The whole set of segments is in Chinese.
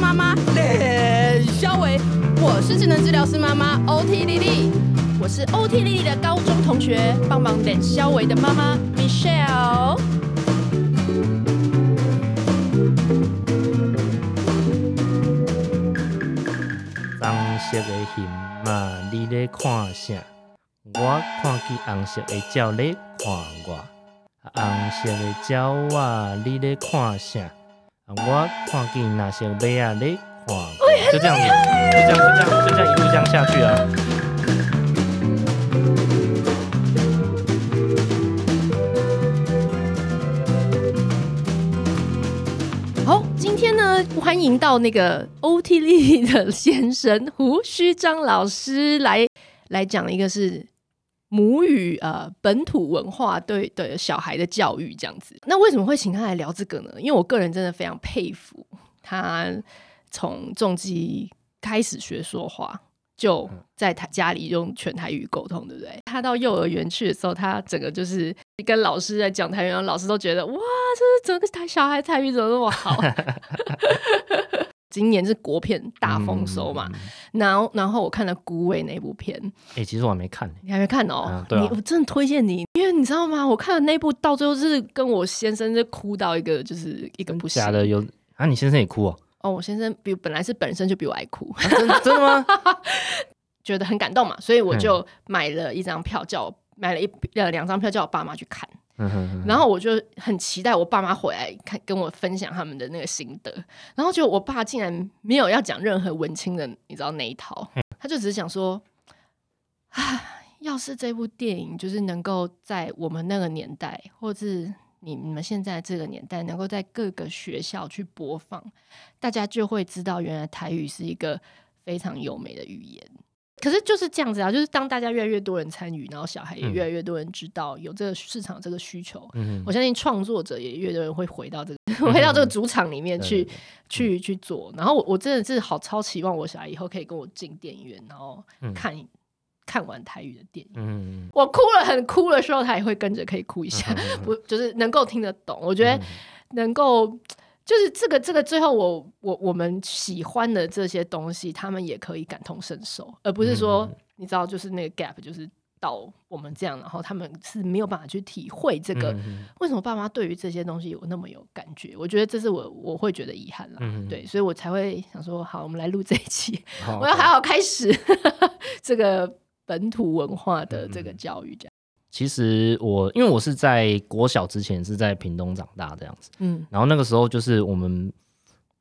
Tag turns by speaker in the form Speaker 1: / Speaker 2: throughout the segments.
Speaker 1: 妈妈冷肖维，我是智能治疗师妈妈 OT 丽丽，我是 OT 丽丽的高中同学，帮忙冷肖维的妈妈 Michelle。
Speaker 2: 棕色的云嘛，你咧看啥？我看见红色的鸟咧看我，啊红色的鸟啊，你咧看啥？啊我看见那些马啊咧看我，就这样子，就这样，就这样，就这样一路这样下去啊。
Speaker 1: 好，今天呢，欢迎到那个 OT 丽丽的先生胡须章老师来来讲一个是母语呃本土文化对对小孩的教育这样子。那为什么会请他来聊这个呢？因为我个人真的非常佩服他，从重机开始学说话。就在他家里用全台语沟通，对不对？他到幼儿园去的时候，他整个就是跟老师在讲台语，然后老师都觉得哇，这整个台小孩台语怎么那么好？ 今年是国片大丰收嘛，
Speaker 2: 嗯？
Speaker 1: 然后然后我看了《孤味》那部片，
Speaker 2: 哎、其实我还没看呢、
Speaker 1: 你还没看哦？
Speaker 2: 啊对啊
Speaker 1: 你我真的推荐你，因为你知道吗？我看了那部到最后是跟我先生就哭到一个就是一个不行
Speaker 2: 假的有啊？你先生也哭哦？
Speaker 1: 哦，我先生比本来是本身就比我爱哭，
Speaker 2: 啊真的真的吗？
Speaker 1: 觉得很感动嘛，所以
Speaker 2: 嗯
Speaker 1: 我就买了一张票，叫我买了一呃两张票，叫我爸妈去看。
Speaker 2: 嗯哼哼
Speaker 1: 然后我就很期待我爸妈回来看跟我分享他们的那个心得，然后就我爸竟然没有要讲任何文青的，你知道那一套，
Speaker 2: 嗯
Speaker 1: 他就只是讲说，啊，要是这部电影就是能够在我们那个年代，或是你你们现在这个年代，能够在各个学校去播放，大家就会知道原来台语是一个非常优美的语言。可是就是这样子啊，就是当大家越来越多人参与，然后小孩也
Speaker 2: 嗯
Speaker 1: 越来越多人知道有这个市场这个需求，
Speaker 2: 嗯
Speaker 1: 我
Speaker 2: 哼，
Speaker 1: 相信创作者也越多人会回到这个 回到这个主场里面
Speaker 2: 对
Speaker 1: 去
Speaker 2: 对嗯对
Speaker 1: 去去做。然后我我真的是好超期望我小孩以后可以跟我进电影院，然后
Speaker 2: 嗯
Speaker 1: 看、看完台语的电影。
Speaker 2: 嗯
Speaker 1: 我哭了很哭的时候，他也会跟着可以哭一
Speaker 2: 嗯
Speaker 1: 下，
Speaker 2: 哼，
Speaker 1: 我就是能够听得懂。我觉
Speaker 2: 觉
Speaker 1: 得能够就是这个这个最后我我我们喜欢的这些东西，他们也可以感同身受，而不是说、
Speaker 2: 嗯
Speaker 1: 你知道就是那个 gap 就是。到我们这样，然后他们是没有办法去体会这个为什么爸妈对于这些东西有那么有感觉？我觉得这是我我会觉得遗憾啦。
Speaker 2: 嗯
Speaker 1: 对，所以我才会想说，好，我们来录这一期，
Speaker 2: 好
Speaker 1: 我要好好开始 这个本土文化的这
Speaker 2: 嗯
Speaker 1: 个教育，这样。
Speaker 2: 其实我因为我是在国小之前是在屏东长大这样子，
Speaker 1: 嗯
Speaker 2: 然后那个时候就是我们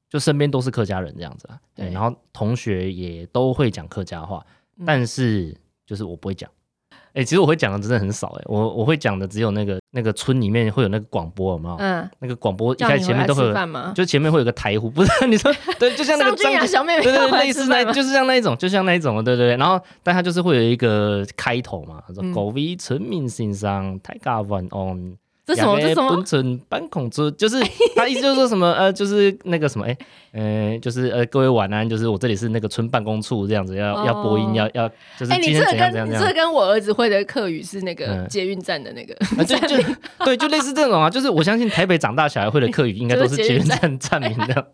Speaker 2: 就身边都是客家人这样子啊，对，
Speaker 1: 对
Speaker 2: 然后同学也都会讲客家话，
Speaker 1: 嗯
Speaker 2: 但是就是我不会讲。哎、其实我会讲的真的很少哎、我我会讲的只有那个那个村里面会有那个广播，有没有？
Speaker 1: 嗯，
Speaker 2: 那个广播一
Speaker 1: 叫
Speaker 2: 开
Speaker 1: 你回
Speaker 2: 始前面
Speaker 1: 来
Speaker 2: 都会
Speaker 1: 吃
Speaker 2: 有，
Speaker 1: 饭吗？
Speaker 2: 就前面会有个台呼， 不是你说对，就像那
Speaker 1: 张
Speaker 2: 个
Speaker 1: 君雅
Speaker 2: 张
Speaker 1: 小妹妹
Speaker 2: 对
Speaker 1: 要
Speaker 2: 对，
Speaker 1: 回
Speaker 2: 对，
Speaker 1: 来
Speaker 2: 类
Speaker 1: 吃
Speaker 2: 似
Speaker 1: 饭
Speaker 2: 那，
Speaker 1: 吗？
Speaker 2: 就是像那一种，就像那一种，对对对。然后，但它就是会有一个开头嘛，说
Speaker 1: 嗯
Speaker 2: “狗 V 村民欣赏太嘎晚安”，
Speaker 1: 这什么这什么？
Speaker 2: 村班孔村， 就是他意思就是说什么呃，就是那个什么哎，呃，就是呃，各位晚安，就是我这里是那个村办公处这样子，要要播
Speaker 1: 哦
Speaker 2: 音，要要就是
Speaker 1: 哎，
Speaker 2: 今
Speaker 1: 你
Speaker 2: 天
Speaker 1: 这个
Speaker 2: 怎样怎
Speaker 1: 跟
Speaker 2: 样怎
Speaker 1: 你
Speaker 2: 样
Speaker 1: 这个。跟我儿子会的课语是那个
Speaker 2: 嗯
Speaker 1: 捷运站的那个，
Speaker 2: 啊，就就对，就类似 这种啊，就是我相信台北长大小孩会的课语应该都是
Speaker 1: 就是捷
Speaker 2: 捷
Speaker 1: 运
Speaker 2: 运站站名的，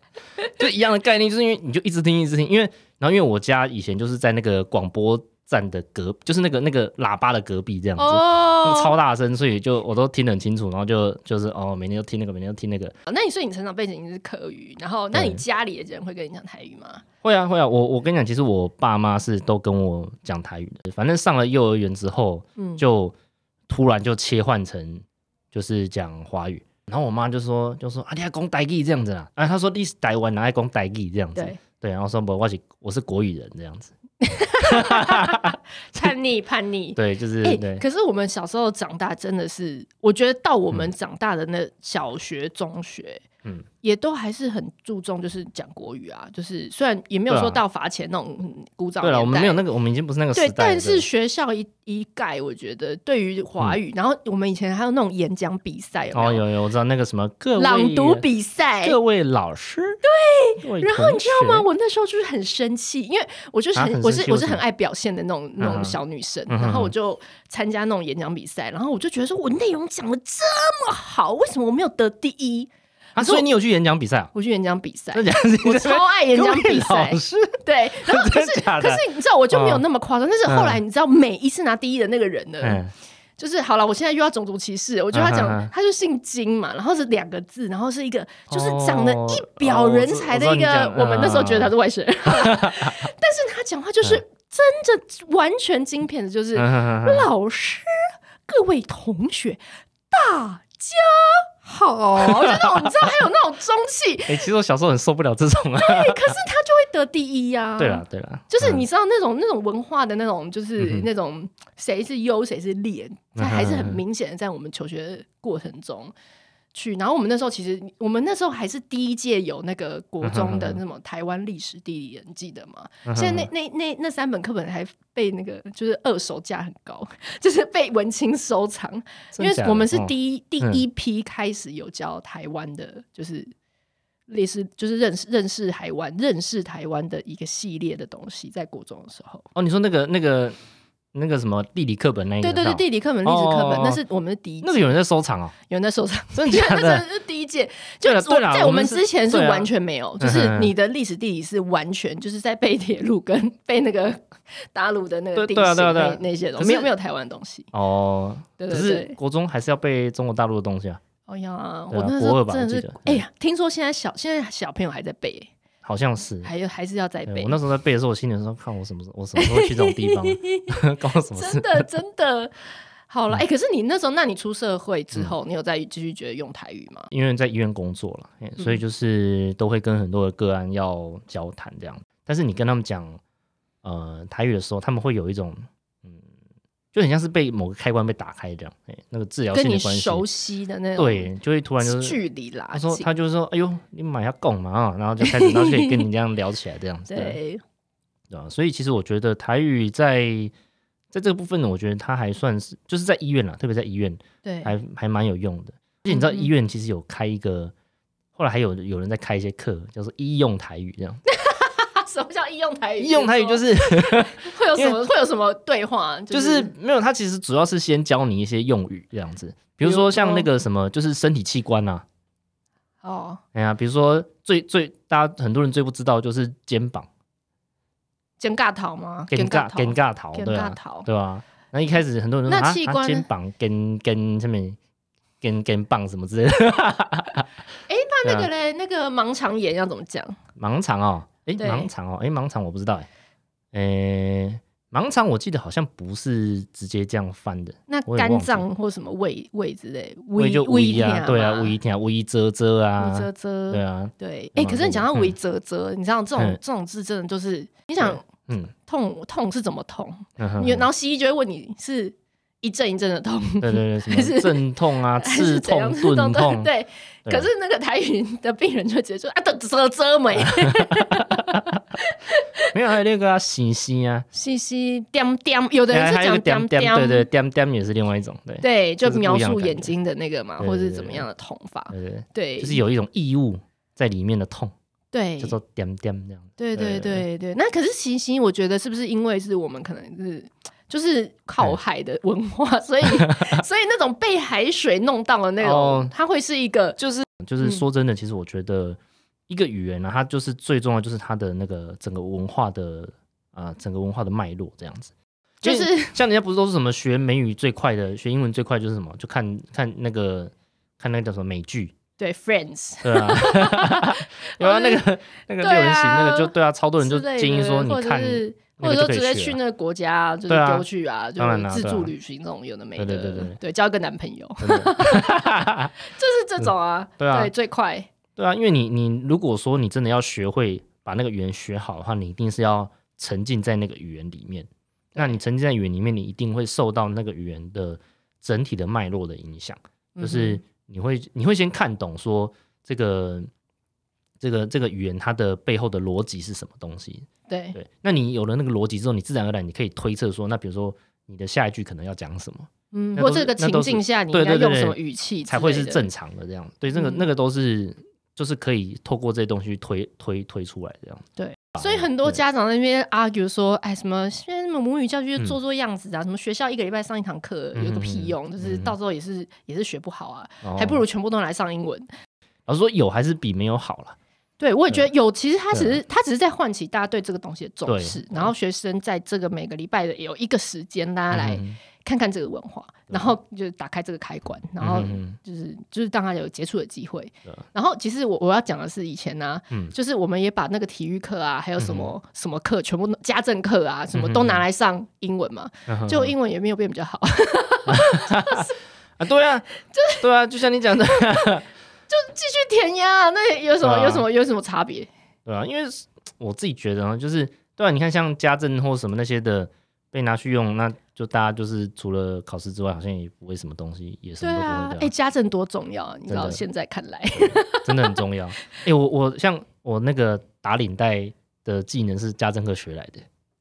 Speaker 2: 就一样的概念，就是因为你就一直听一直听，因为然后因为我家以前就是在那个广播站的隔，就是那个那个喇叭的隔壁嗯这样子。那个
Speaker 1: 哦，
Speaker 2: 超大声，所以就我都听得很清楚，然后就就是哦，每天都听那个，每天都听那个。
Speaker 1: 那你说你成长背景是客语，然后那你
Speaker 2: 对
Speaker 1: 家里的人会跟你讲台语吗？
Speaker 2: 会啊会啊，我我跟你讲，其实我爸妈是都跟我讲台语的，反正上了幼儿园之后，
Speaker 1: 嗯，
Speaker 2: 就突然就切换成就是讲华语。然后我妈就说就说啊，你还讲台语这样子啦？啊，她说你是台湾哪爱讲台语这样子？
Speaker 1: 对，
Speaker 2: 然后说不，我是我是国语人这样子。
Speaker 1: 叛逆叛 逆。
Speaker 2: 对，就是、
Speaker 1: 哎、
Speaker 2: 对，
Speaker 1: 可是我们小时候长大，真的是，我觉得到我们长大的那小学、中学，嗯
Speaker 2: 嗯，
Speaker 1: 也都还是很注重就是讲国语啊，就是虽然也没有
Speaker 2: 对啊
Speaker 1: 说到罚钱那种嗯古早
Speaker 2: 对了，我们没有
Speaker 1: 那
Speaker 2: 那个，我们已经不是那个时
Speaker 1: 对，
Speaker 2: 代了。
Speaker 1: 但是学校一一概，我觉得对于华语，然后我们以前还有那种演讲比赛，有
Speaker 2: 嗯哦，
Speaker 1: 没有？
Speaker 2: 有有，我知道那个什么各位
Speaker 1: 朗读比赛，
Speaker 2: 各位老师对
Speaker 1: 然后你知道吗？？我那时候就是很生气，因为我就是很、
Speaker 2: 啊很
Speaker 1: 我
Speaker 2: 生
Speaker 1: 是
Speaker 2: 气
Speaker 1: 我
Speaker 2: 为
Speaker 1: 是
Speaker 2: 什么
Speaker 1: 很爱表现的那种那
Speaker 2: 嗯
Speaker 1: 种
Speaker 2: 哼
Speaker 1: 小女生，
Speaker 2: 嗯哼
Speaker 1: 然后我就参加那种演讲比赛，然后我就觉得说我内容讲的这么好，为什么我没有得第一？
Speaker 2: 啊，所以你有去演讲比赛啊？
Speaker 1: 我去演讲比赛，
Speaker 2: 真的假的？
Speaker 1: 我超爱演讲比赛
Speaker 2: 老，师，
Speaker 1: 对。 然后可
Speaker 2: 真的
Speaker 1: 是
Speaker 2: 假
Speaker 1: 可
Speaker 2: 的
Speaker 1: 是你知道，我就没有那么夸张。但是后来你知道，每一次拿第一的那个人呢，
Speaker 2: 嗯，
Speaker 1: 就是好了，我现在又要种族歧视，我觉得他讲、
Speaker 2: 嗯嗯嗯
Speaker 1: 他就姓金嘛，然后是两个字，然后是一个就是长得一表人才的一个，
Speaker 2: 哦哦哦我知道我知道你讲嗯
Speaker 1: 我们那时候觉得他是外省人， 但 是他讲话就是真的完全精片的，就是、
Speaker 2: 嗯
Speaker 1: 老师，各位同学，大家好， 就那种你知道还有那种中 气， 哎
Speaker 2: 哎，其实我小时候很受不了这 种啊。
Speaker 1: 可是他就会得第一呀、
Speaker 2: 对啦，对啦，
Speaker 1: 就是你知道那种那种文化的那种，就
Speaker 2: 嗯
Speaker 1: 是
Speaker 2: 哼
Speaker 1: 那种谁是优谁是劣，它还是很
Speaker 2: 嗯哼
Speaker 1: 明显的在我们求学的过程中去。然后我们那时候其实我们那时候还是第一届有那个国中的
Speaker 2: 嗯哼
Speaker 1: 那种台湾历史地理，你记得吗？
Speaker 2: 嗯
Speaker 1: 现在那那那那三本课本还被那个就是二手价很高， 就是被文青收藏，因为我们是
Speaker 2: 一，
Speaker 1: 第一、第一批开始有教台湾的，就是类似就是认识认识台湾、认识台湾的一个系列的东西，在国中的时候，
Speaker 2: 哦，你说那个那个那个什么地理课本那一个
Speaker 1: 对
Speaker 2: 道，
Speaker 1: 对对，地理课本、历史课本，
Speaker 2: 哦哦哦
Speaker 1: 那是我们的第一届
Speaker 2: 那个有人在收 藏哦，
Speaker 1: 有人在收藏，
Speaker 2: 真的假
Speaker 1: 那真
Speaker 2: 的？
Speaker 1: 的是第一届，就
Speaker 2: 对了对了
Speaker 1: 在
Speaker 2: 我
Speaker 1: 我
Speaker 2: 们
Speaker 1: 们
Speaker 2: 是
Speaker 1: 之前是
Speaker 2: 对啊
Speaker 1: 完全没有，就
Speaker 2: 嗯
Speaker 1: 是
Speaker 2: 哼
Speaker 1: 你的历史地理是完全就是在背铁路跟背那个打鲁的那个
Speaker 2: 对
Speaker 1: 地
Speaker 2: 对啊
Speaker 1: 形
Speaker 2: 对啊对啊
Speaker 1: 那那些东西，
Speaker 2: 可是
Speaker 1: 没有没有台湾东西，
Speaker 2: 哦，
Speaker 1: 对
Speaker 2: 可
Speaker 1: 对
Speaker 2: 是
Speaker 1: 对。
Speaker 2: 国中还是要背中国大陆的东西啊，
Speaker 1: 哎呀，
Speaker 2: 对啊
Speaker 1: 我那时
Speaker 2: 国二
Speaker 1: 候
Speaker 2: 吧
Speaker 1: 真的
Speaker 2: 我
Speaker 1: 是
Speaker 2: 记得，嗯
Speaker 1: 哎呀，听说现在小现在小朋友还在背、哎
Speaker 2: 好像是。
Speaker 1: 还有还是要再
Speaker 2: 对
Speaker 1: 背
Speaker 2: 我。那时候在背的时候，我心里说：看我什么时候，我什么时候去这种 地方 啊，关我什嗯么
Speaker 1: 真
Speaker 2: 事？
Speaker 1: 的真的，好了，哎、可是你那时候，那你出社会
Speaker 2: 嗯
Speaker 1: 之后，你有再继续觉得用台语吗？
Speaker 2: 因为在医院工作了、欸
Speaker 1: 嗯
Speaker 2: 所以就是都会跟很多的个案要交谈这样。但是你跟他们讲呃台语的时候，他们会有一种嗯，就很像是被某个开关被打开这样，欸、那个治疗
Speaker 1: 跟
Speaker 2: 性
Speaker 1: 你
Speaker 2: 的关系，
Speaker 1: 熟悉啊的那种
Speaker 2: 对，就会突然就是
Speaker 1: 距离拉
Speaker 2: 他说
Speaker 1: 近，
Speaker 2: 他就说哎呦你买下供嘛啊，然后就开始然后就可以跟你这样聊起来这 样子，啊
Speaker 1: 对，
Speaker 2: 对啊，所以其实我觉得台语在在这个部分呢，我觉得它还算是就是在医院啦，特别在医院
Speaker 1: 对，
Speaker 2: 还还蛮有用的。而且你知道
Speaker 1: 嗯嗯
Speaker 2: 医院其实有开一个，后来还有有人在开一些课，叫做医用台语这样。
Speaker 1: 啊 什么叫医用台语？
Speaker 2: 医用台语就是是
Speaker 1: 会有什
Speaker 2: 因
Speaker 1: 么会有什么对话？
Speaker 2: 就
Speaker 1: 就是
Speaker 2: 没有，它其实主要是先教你一些用语这样子，比如说像那个什么，就是身体器官啊，
Speaker 1: 哦，
Speaker 2: 哎呀，比如说最最大家很多人最不知道就是肩膀，
Speaker 1: 尴尬桃吗？
Speaker 2: 跟尬
Speaker 1: 头
Speaker 2: 跟，尬桃，
Speaker 1: 尴
Speaker 2: 对
Speaker 1: 尬
Speaker 2: 啊，
Speaker 1: 桃，
Speaker 2: 对啊。那一开始很多人都说
Speaker 1: 那
Speaker 2: 啊
Speaker 1: 器
Speaker 2: 啊
Speaker 1: 官呢
Speaker 2: 肩膀跟跟下面跟跟棒什么之类的，
Speaker 1: 那
Speaker 2: 啊
Speaker 1: 那个嘞，那个盲肠炎要怎么讲？
Speaker 2: 盲肠哦，诶，
Speaker 1: 对
Speaker 2: 盲肠哦，诶，盲肠我不知道诶，诶，盲肠我记得好像不是直接这样翻的，
Speaker 1: 那
Speaker 2: 我也忘
Speaker 1: 肝
Speaker 2: 记
Speaker 1: 脏或什么胃胃之类，
Speaker 2: 所
Speaker 1: 胃
Speaker 2: 以就无一啊，对啊，无
Speaker 1: 胃
Speaker 2: 一天啊，无一遮遮
Speaker 1: 胃遮
Speaker 2: 啊，
Speaker 1: 遮，
Speaker 2: 对啊，
Speaker 1: 对，哎、
Speaker 2: 嘛
Speaker 1: 可是你讲到
Speaker 2: 对
Speaker 1: 围折折，你知道这种、
Speaker 2: 嗯
Speaker 1: 这种字真的就是，你想
Speaker 2: 嗯，
Speaker 1: 痛痛是怎么痛？
Speaker 2: 嗯哼
Speaker 1: 你然后西医就会问你是一阵一阵的痛，
Speaker 2: 对对对，什
Speaker 1: 还
Speaker 2: 么
Speaker 1: 是
Speaker 2: 阵痛啊、
Speaker 1: 还是
Speaker 2: 刺
Speaker 1: 怎样的
Speaker 2: 痛、钝痛，
Speaker 1: 对，
Speaker 2: 对
Speaker 1: 可是那个台语的病人就直接说啊，等折折 没，
Speaker 2: 没有还有那个啊，醒醒啊，
Speaker 1: 西西点点，有的人
Speaker 2: 还
Speaker 1: 是
Speaker 2: 还有一个
Speaker 1: 讲
Speaker 2: 点点，对对，点点也是另外一种，对
Speaker 1: 对，就
Speaker 2: 这是不一样
Speaker 1: 描
Speaker 2: 的
Speaker 1: 述
Speaker 2: 感
Speaker 1: 眼
Speaker 2: 觉
Speaker 1: 睛的那个嘛，
Speaker 2: 对
Speaker 1: 或者
Speaker 2: 对
Speaker 1: 是
Speaker 2: 对
Speaker 1: 怎么样的痛法，
Speaker 2: 对对，
Speaker 1: 对，
Speaker 2: 就是有一种异物在里面的痛，
Speaker 1: 对
Speaker 2: 叫做点点这样，
Speaker 1: 对对对
Speaker 2: 对
Speaker 1: 对，那可是西西，我觉得是不是因为是我们可能是就是
Speaker 2: 哎
Speaker 1: 靠海的文化， 所以所以那种被海水弄到的那种，
Speaker 2: 哦
Speaker 1: 它会是一个
Speaker 2: 就是
Speaker 1: 嗯
Speaker 2: 就是说真的，其实我觉得一个语言呢、啊它就是最重要就是它的那个整个文化的呃整个文化的脉络这样子。
Speaker 1: 就
Speaker 2: 因为
Speaker 1: 是
Speaker 2: 像人家不是都是什么学美语最快的，学英文最快就是什么，就看看那个看那个叫什么美剧，
Speaker 1: 对 Friends
Speaker 2: 对 啊， 有啊那
Speaker 1: 哦
Speaker 2: 个那个六人行那个就对啊，超多人就
Speaker 1: 之类的
Speaker 2: 建议说你
Speaker 1: 或者
Speaker 2: 看，
Speaker 1: 是
Speaker 2: 那
Speaker 1: 或
Speaker 2: 个
Speaker 1: 者
Speaker 2: 就
Speaker 1: 说
Speaker 2: 可
Speaker 1: 直接
Speaker 2: 以学
Speaker 1: 去
Speaker 2: 啊
Speaker 1: 那个国家就是
Speaker 2: 对啊
Speaker 1: 丢去啊，就
Speaker 2: 当然
Speaker 1: 是
Speaker 2: 啦
Speaker 1: 自
Speaker 2: 对啊
Speaker 1: 助旅行这种有的没
Speaker 2: 对对对对
Speaker 1: 的，对，交一个男朋友，
Speaker 2: 真的
Speaker 1: 就是这种啊，
Speaker 2: 对啊
Speaker 1: 对，最快
Speaker 2: 对啊，因为你你如果说你真的要学会把那个语言学好的话，你一定是要沉浸在那个语言里面。那你沉浸在语言里面，你一定会受到那个语言的整体的脉络的影响，
Speaker 1: 嗯
Speaker 2: 就是你会你会先看懂说这个这个这个语言它的背后的逻辑是什么东西。
Speaker 1: 对
Speaker 2: 对，那你有了那个逻辑之后，你自然而然你可以推测说，那比如说你的下一句可能要讲什么。
Speaker 1: 嗯，
Speaker 2: 那
Speaker 1: 或
Speaker 2: 都
Speaker 1: 这
Speaker 2: 是
Speaker 1: 个
Speaker 2: 那都
Speaker 1: 情
Speaker 2: 是
Speaker 1: 境下你
Speaker 2: 对
Speaker 1: 应该
Speaker 2: 对对
Speaker 1: 用
Speaker 2: 对
Speaker 1: 什么语气
Speaker 2: 才
Speaker 1: 之
Speaker 2: 会
Speaker 1: 类
Speaker 2: 是
Speaker 1: 的
Speaker 2: 正常的这样。对，那个、
Speaker 1: 嗯
Speaker 2: 那个都是就是可以透过这些东西去推推推出来这样。
Speaker 1: 对，所以很多
Speaker 2: 对
Speaker 1: 家长在那边 argue 说，哎，什么现在什么母语教育就
Speaker 2: 嗯
Speaker 1: 做做样子啊，什么学校一个礼拜上一堂课
Speaker 2: 嗯
Speaker 1: 有个屁用，就是
Speaker 2: 嗯
Speaker 1: 到时候也是也是学不好啊，
Speaker 2: 哦
Speaker 1: 还不如全部都来上英文。
Speaker 2: 老实说，有还是比没有好了。
Speaker 1: 对，我也觉得
Speaker 2: 对
Speaker 1: 有，其实他只
Speaker 2: 对
Speaker 1: 是他只是在唤起大家对这个东西的重
Speaker 2: 对
Speaker 1: 视，然后学生在这个每个礼拜的有一个时间，大家来
Speaker 2: 嗯
Speaker 1: 看看这个文化，然后就是打开这个开关，然后
Speaker 2: 嗯嗯
Speaker 1: 就是就是让他有接触的机会
Speaker 2: 对。
Speaker 1: 然后其实我我要讲的是以前呢、
Speaker 2: 嗯
Speaker 1: 就是我们也把那个体育课啊，还有什么、什么课，全部家政课啊，什么都拿来上英文嘛，
Speaker 2: 嗯嗯
Speaker 1: 就英文也没有变比较好。
Speaker 2: 啊，对啊，对啊，就像你讲的，
Speaker 1: 继续填鸭，那有什么、
Speaker 2: 对啊
Speaker 1: 有什么有什么差别？
Speaker 2: 对啊，因为我自己觉得呢，就是对啊，你看像家政或什么那些的被拿去用，那就大家就是除了考试之外，好像也不会什么东西，也什
Speaker 1: 对
Speaker 2: 么都不
Speaker 1: 啊
Speaker 2: 会，
Speaker 1: 哎、
Speaker 2: 对啊
Speaker 1: 家政多重要啊！你知道
Speaker 2: 真的
Speaker 1: 现在看来，
Speaker 2: 真的很重要。哎、我我像我那个打领带的技能是家政课学来的，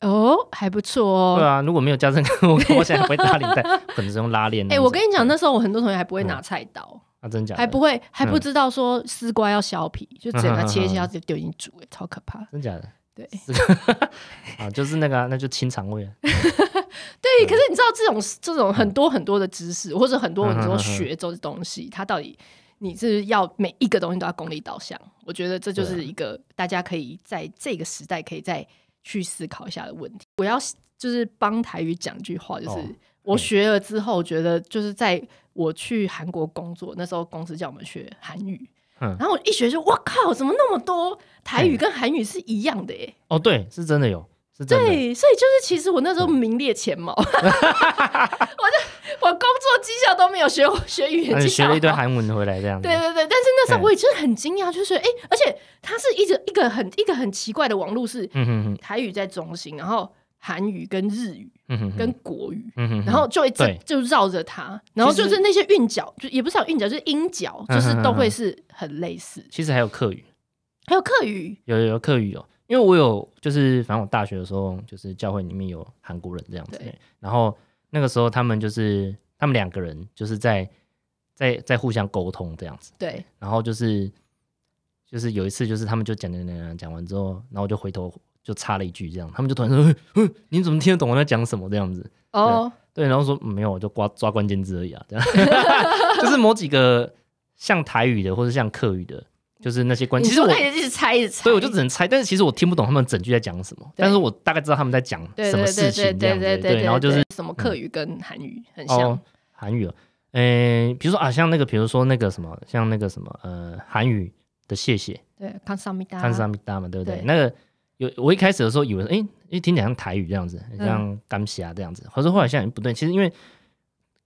Speaker 1: 哦，还不错哦
Speaker 2: 对。啊，如果没有家政课，我 我现在不会打领带，可能是用拉链。
Speaker 1: 哎、我跟你
Speaker 2: 嗯
Speaker 1: 讲，那时候我很多同学还不会拿菜刀，
Speaker 2: 啊，真假的
Speaker 1: 还不会，还不知道说丝瓜要削皮，就只拿切一
Speaker 2: 嗯嗯嗯嗯
Speaker 1: 下就丢进去煮、哎，超可怕。
Speaker 2: 真假的
Speaker 1: 对
Speaker 2: 是个 啊，就是那个啊、那就清肠 胃啊，
Speaker 1: 对，可是你知道这种这种很多很多的知识，或者很多
Speaker 2: 嗯嗯
Speaker 1: 很多
Speaker 2: 嗯嗯
Speaker 1: 学这种东西，它到底你是要每一个东西都要功利导向？我觉得这就
Speaker 2: 对啊
Speaker 1: 是一个大家可以在这个时代可以再去思考一下的问题。我要就是帮台语讲句话，就是、
Speaker 2: 哦
Speaker 1: 我学了之后，觉得就是在我去韩国工作那时候，公司叫我们学韩语。
Speaker 2: 嗯
Speaker 1: 然后我一学就，我靠，怎么那么多台语跟韩语是一样的耶？
Speaker 2: 哦，对，是真的有，是真的。
Speaker 1: 对，所以就是其实我那时候名列前茅，我 就我工作绩效都没有学学语言
Speaker 2: 那
Speaker 1: 绩
Speaker 2: 啊你
Speaker 1: 效
Speaker 2: 学
Speaker 1: 好，
Speaker 2: 了一堆韩文回来这样子，
Speaker 1: 对对对，但是那时候
Speaker 2: 嗯
Speaker 1: 我也真的很惊讶，就是哎、诶而且它是一直一个很一个很奇怪的网路，是
Speaker 2: 嗯哼哼，
Speaker 1: 台语在中心，然后韩语跟日语
Speaker 2: 嗯哼哼，
Speaker 1: 跟国语，
Speaker 2: 嗯哼哼，
Speaker 1: 然后就一直
Speaker 2: 对
Speaker 1: 就绕着它，然后
Speaker 2: 其
Speaker 1: 就
Speaker 2: 实
Speaker 1: 是那些韵脚，就也不是叫韵脚，就是音脚，就是
Speaker 2: 嗯嗯嗯
Speaker 1: 都
Speaker 2: 嗯
Speaker 1: 会是很类似。
Speaker 2: 其实还有客语，
Speaker 1: 还有客语，
Speaker 2: 有有有客语有，因为我有就是反正我大学的时候就是教会里面有韩国人这样子
Speaker 1: 对，
Speaker 2: 然后那个时候他们就是他们两个人就是在在在互相沟通这样子，
Speaker 1: 对，
Speaker 2: 然后就是就是有一次就是他们就讲讲讲讲讲完之后，然后我就回头就插了一句这样，他们就突然说，嗯，你怎么听得懂我在讲什么这样子？
Speaker 1: 哦，
Speaker 2: 对，然后说、嗯没有，我就抓抓关键字而已啊，这样， 就是某几个像台语的或者像客语的，就是那些关，
Speaker 1: 你
Speaker 2: 其实
Speaker 1: 说哎
Speaker 2: 我
Speaker 1: 他也一直猜，一直猜，
Speaker 2: 所以我就只能猜，但是其实我听不懂他们整句在讲什么，
Speaker 1: 对
Speaker 2: 但是我大概知道他们在讲
Speaker 1: 对
Speaker 2: 什么
Speaker 1: 对
Speaker 2: 事
Speaker 1: 对对
Speaker 2: 情这样
Speaker 1: 对
Speaker 2: 子，
Speaker 1: 对对，
Speaker 2: 然后就是嗯
Speaker 1: 什么客语跟韩语很像
Speaker 2: 哦，，韩语哦，呃，比如说啊，像那个，比如说那个什么，像那个什么，呃，韩语的谢谢，
Speaker 1: 对，康萨米达，
Speaker 2: 看上米大嘛，对不对？
Speaker 1: 啊对
Speaker 2: 那个有我一开始的时候以为，哎，一听起来像台语这样子，很
Speaker 1: 嗯
Speaker 2: 像感谢啊这样子，可是后来想不对，其实因为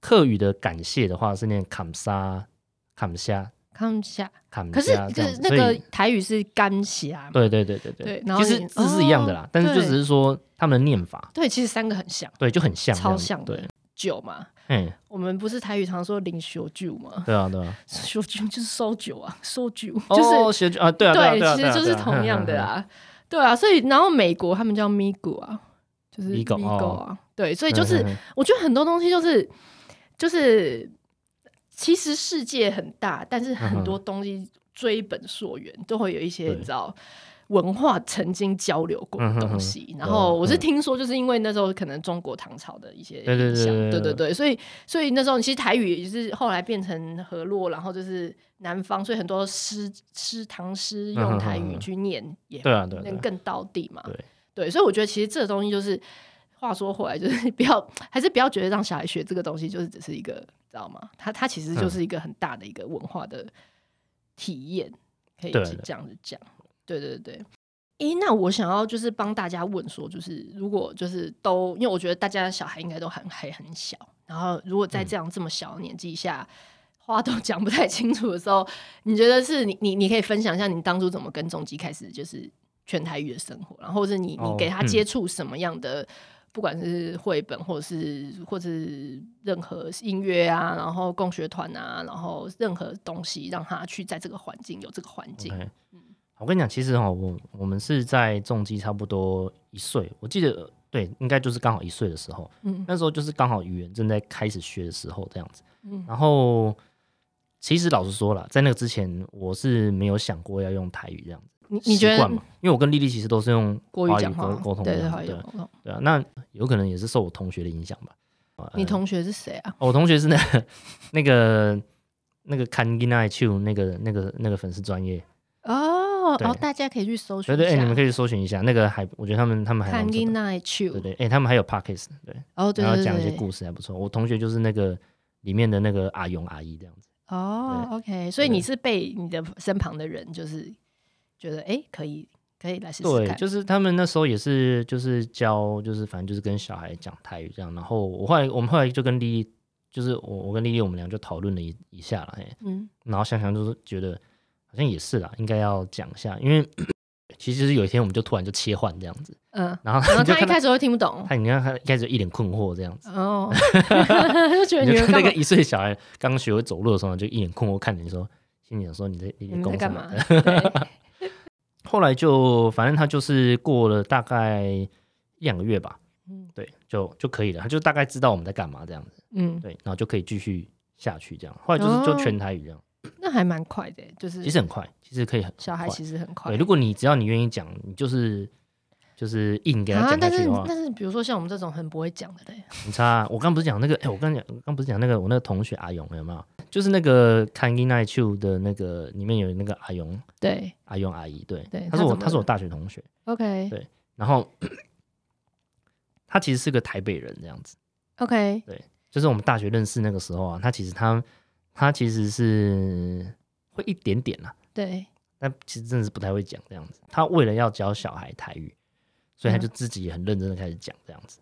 Speaker 2: 客语的感谢的话是念坎沙坎虾
Speaker 1: 康夏，
Speaker 2: 坎
Speaker 1: 可是
Speaker 2: 虾嗯啊这
Speaker 1: 可
Speaker 2: 样
Speaker 1: 是
Speaker 2: 子，
Speaker 1: 那
Speaker 2: 所
Speaker 1: 个
Speaker 2: 以
Speaker 1: 台语是干虾，
Speaker 2: 对对对对
Speaker 1: 对然后
Speaker 2: 其实
Speaker 1: 你哦
Speaker 2: 字是一样的啦，但是就
Speaker 1: 对
Speaker 2: 只是说他们的念法。
Speaker 1: 对，其实三个很像，
Speaker 2: 对，就很像这
Speaker 1: 超
Speaker 2: 样子，
Speaker 1: 像
Speaker 2: 对
Speaker 1: 的，。酒嘛，
Speaker 2: 嗯，
Speaker 1: 我们不是台语常说领小酒吗？
Speaker 2: 对啊，对啊，
Speaker 1: 小酒就是收酒啊，收酒
Speaker 2: 哦
Speaker 1: 就是
Speaker 2: 学啊，对啊，啊，对啊，
Speaker 1: 其实
Speaker 2: 对啊嗯
Speaker 1: 就是同样的，啊，对啊，所以然后美国他们叫 Migo 啊，就是
Speaker 2: Migo，
Speaker 1: Migo 啊，对，所
Speaker 2: 对
Speaker 1: 以就是
Speaker 2: 哦嗯嗯嗯
Speaker 1: 我觉得很多东西就是就是，其实世界很大，但是很多东西追本溯源，都会有一些
Speaker 2: 对
Speaker 1: 你知道文化曾经交流过的东西。
Speaker 2: 嗯
Speaker 1: 然后我是听说，就是因为那时候可能中国唐朝的一些
Speaker 2: 对对
Speaker 1: 影响，
Speaker 2: 对对对
Speaker 1: 对对，所以所以那时候其实台语也是后来变成河洛，然后就是南方，所以很多诗诗唐诗
Speaker 2: 嗯哼
Speaker 1: 用台
Speaker 2: 哼
Speaker 1: 语
Speaker 2: 哼
Speaker 1: 去念也
Speaker 2: 对啊，对啊，对
Speaker 1: 能
Speaker 2: 啊
Speaker 1: 更到地嘛。
Speaker 2: 对
Speaker 1: 对，所以我觉得其实这个东西就是，话说回来，就是 不要，还是不要觉得让小孩学这个东西就是只是一个，知道吗？它它其实
Speaker 2: 嗯
Speaker 1: 就是一个很大的一个文化的体验，可以
Speaker 2: 对
Speaker 1: 是
Speaker 2: 的
Speaker 1: 这样子讲。对对对。诶，那我想要就是帮大家问说，就是如果就是都，因为我觉得大家的小孩应该都很还很小，然后如果
Speaker 2: 嗯
Speaker 1: 在这样这么小的年纪下，话都 讲不太清楚的时候，你觉得是你你你可以分享一下你当初怎么跟重基开始就是全台语的生活，然后或是你
Speaker 2: 哦
Speaker 1: 你给他
Speaker 2: 嗯
Speaker 1: 接触什么样的，不管是绘本或者是或是任何音乐啊，然后共学团啊，然后任何东西让他去在这个环境有这个环境。
Speaker 2: OK 我跟你讲，其实哈，我我们是在重击差不多一岁，我记得对，应该就是刚好一岁的时候，
Speaker 1: 嗯
Speaker 2: 那时候就是刚好语言正在开始学的时候这样子。
Speaker 1: 嗯
Speaker 2: 然后其实老实说了，在那个之前，我是没有想过要用台语这样子，
Speaker 1: 你你觉
Speaker 2: 习
Speaker 1: 得
Speaker 2: 惯嘛因为我跟丽丽其实都是用
Speaker 1: 国
Speaker 2: 华
Speaker 1: 语讲话
Speaker 2: 沟沟通
Speaker 1: 对
Speaker 2: 这
Speaker 1: 对
Speaker 2: 样
Speaker 1: 华
Speaker 2: 子
Speaker 1: 语
Speaker 2: 对
Speaker 1: 讲
Speaker 2: 啊
Speaker 1: 话。
Speaker 2: 对啊，那有可能也是受我同学的影响吧。
Speaker 1: 你同学是谁啊？
Speaker 2: 哦我同学是那那个那个看囡仔去那个那个那个粉丝专业，
Speaker 1: 哦，
Speaker 2: 对
Speaker 1: 哦，大家可以去搜寻
Speaker 2: 对
Speaker 1: 一
Speaker 2: 对，哎、
Speaker 1: 下。
Speaker 2: 你们可以搜寻一下那个还，我觉得他们他们还
Speaker 1: 看
Speaker 2: 蛮不错的
Speaker 1: n i g h t
Speaker 2: 对对，哎、他们还有 pockets，对，
Speaker 1: 哦，对
Speaker 2: 然后
Speaker 1: 对
Speaker 2: 讲一
Speaker 1: 对
Speaker 2: 些
Speaker 1: 对，
Speaker 2: 故事还啊不错。我同学就是那个里面的那个阿勇阿姨这样子，
Speaker 1: 哦，OK，所以你是被你的身旁的人就是觉得哎，可以可以来试试
Speaker 2: 对，
Speaker 1: 看，
Speaker 2: 就是他们那时候也是就是教就是反正就是跟小孩讲泰语这样，然后我后来我们后来就跟丽丽，就是我我跟丽丽我们俩就讨论了一一下了，哎、
Speaker 1: 嗯，
Speaker 2: 然后想想就是觉得好像也是啦，应该要讲一下，因为 其实就是有一天我们就突然就切换这样子，
Speaker 1: 嗯，
Speaker 2: 然后
Speaker 1: 然后
Speaker 2: 你就
Speaker 1: 他一
Speaker 2: 看到
Speaker 1: 开始会听不懂，
Speaker 2: 他，你看他一开始就一脸困惑这样子。
Speaker 1: 哦， 就 觉得
Speaker 2: 你
Speaker 1: 你
Speaker 2: 就
Speaker 1: 们
Speaker 2: 看那
Speaker 1: 干嘛
Speaker 2: 个？一岁小孩刚学会走路的时候，就一脸困惑看着你说，心里想说你在
Speaker 1: 你
Speaker 2: 你在
Speaker 1: 们
Speaker 2: 攻
Speaker 1: 在
Speaker 2: 什
Speaker 1: 干
Speaker 2: 么
Speaker 1: 嘛？？ 对
Speaker 2: 后来就反正他就是过了大概一两个月吧，
Speaker 1: 嗯
Speaker 2: 对，就就可以了，他就大概知道我们在干嘛这样子，
Speaker 1: 嗯，
Speaker 2: 对，然后就可以继续下去这样。后来就是就
Speaker 1: 哦
Speaker 2: 全台语这样，
Speaker 1: 那还蛮快的，就是
Speaker 2: 其实很快，其实可以很
Speaker 1: 小孩
Speaker 2: 快
Speaker 1: 其实很快
Speaker 2: 对，。如果你只要你愿意讲，你就是就是硬给他
Speaker 1: 啊，
Speaker 2: 讲下
Speaker 1: 但
Speaker 2: 去
Speaker 1: 是
Speaker 2: 的话，
Speaker 1: 但是比如说像我们这种很不会讲的嘞，
Speaker 2: 很差啊、我刚不是讲那个，哎、我刚讲，我刚不是讲那个我那个同学阿勇有没有？就是那个《看 a n g i n i t u 的那个里面有那个阿勇，
Speaker 1: 对
Speaker 2: 阿勇阿姨，对，
Speaker 1: 对
Speaker 2: 她是
Speaker 1: 她怎么
Speaker 2: 我
Speaker 1: 了
Speaker 2: 她是我大学同学，
Speaker 1: ，OK
Speaker 2: 对然后 她其实是个台北人这样子，
Speaker 1: OK，
Speaker 2: 就是我们大学认识那个时候啊，她其实她她其实是会一点点啦、
Speaker 1: 对，
Speaker 2: 但其实真的是不太会讲这样子。她为了要教小孩台语，所以她就自己也很认真的开始讲这样子，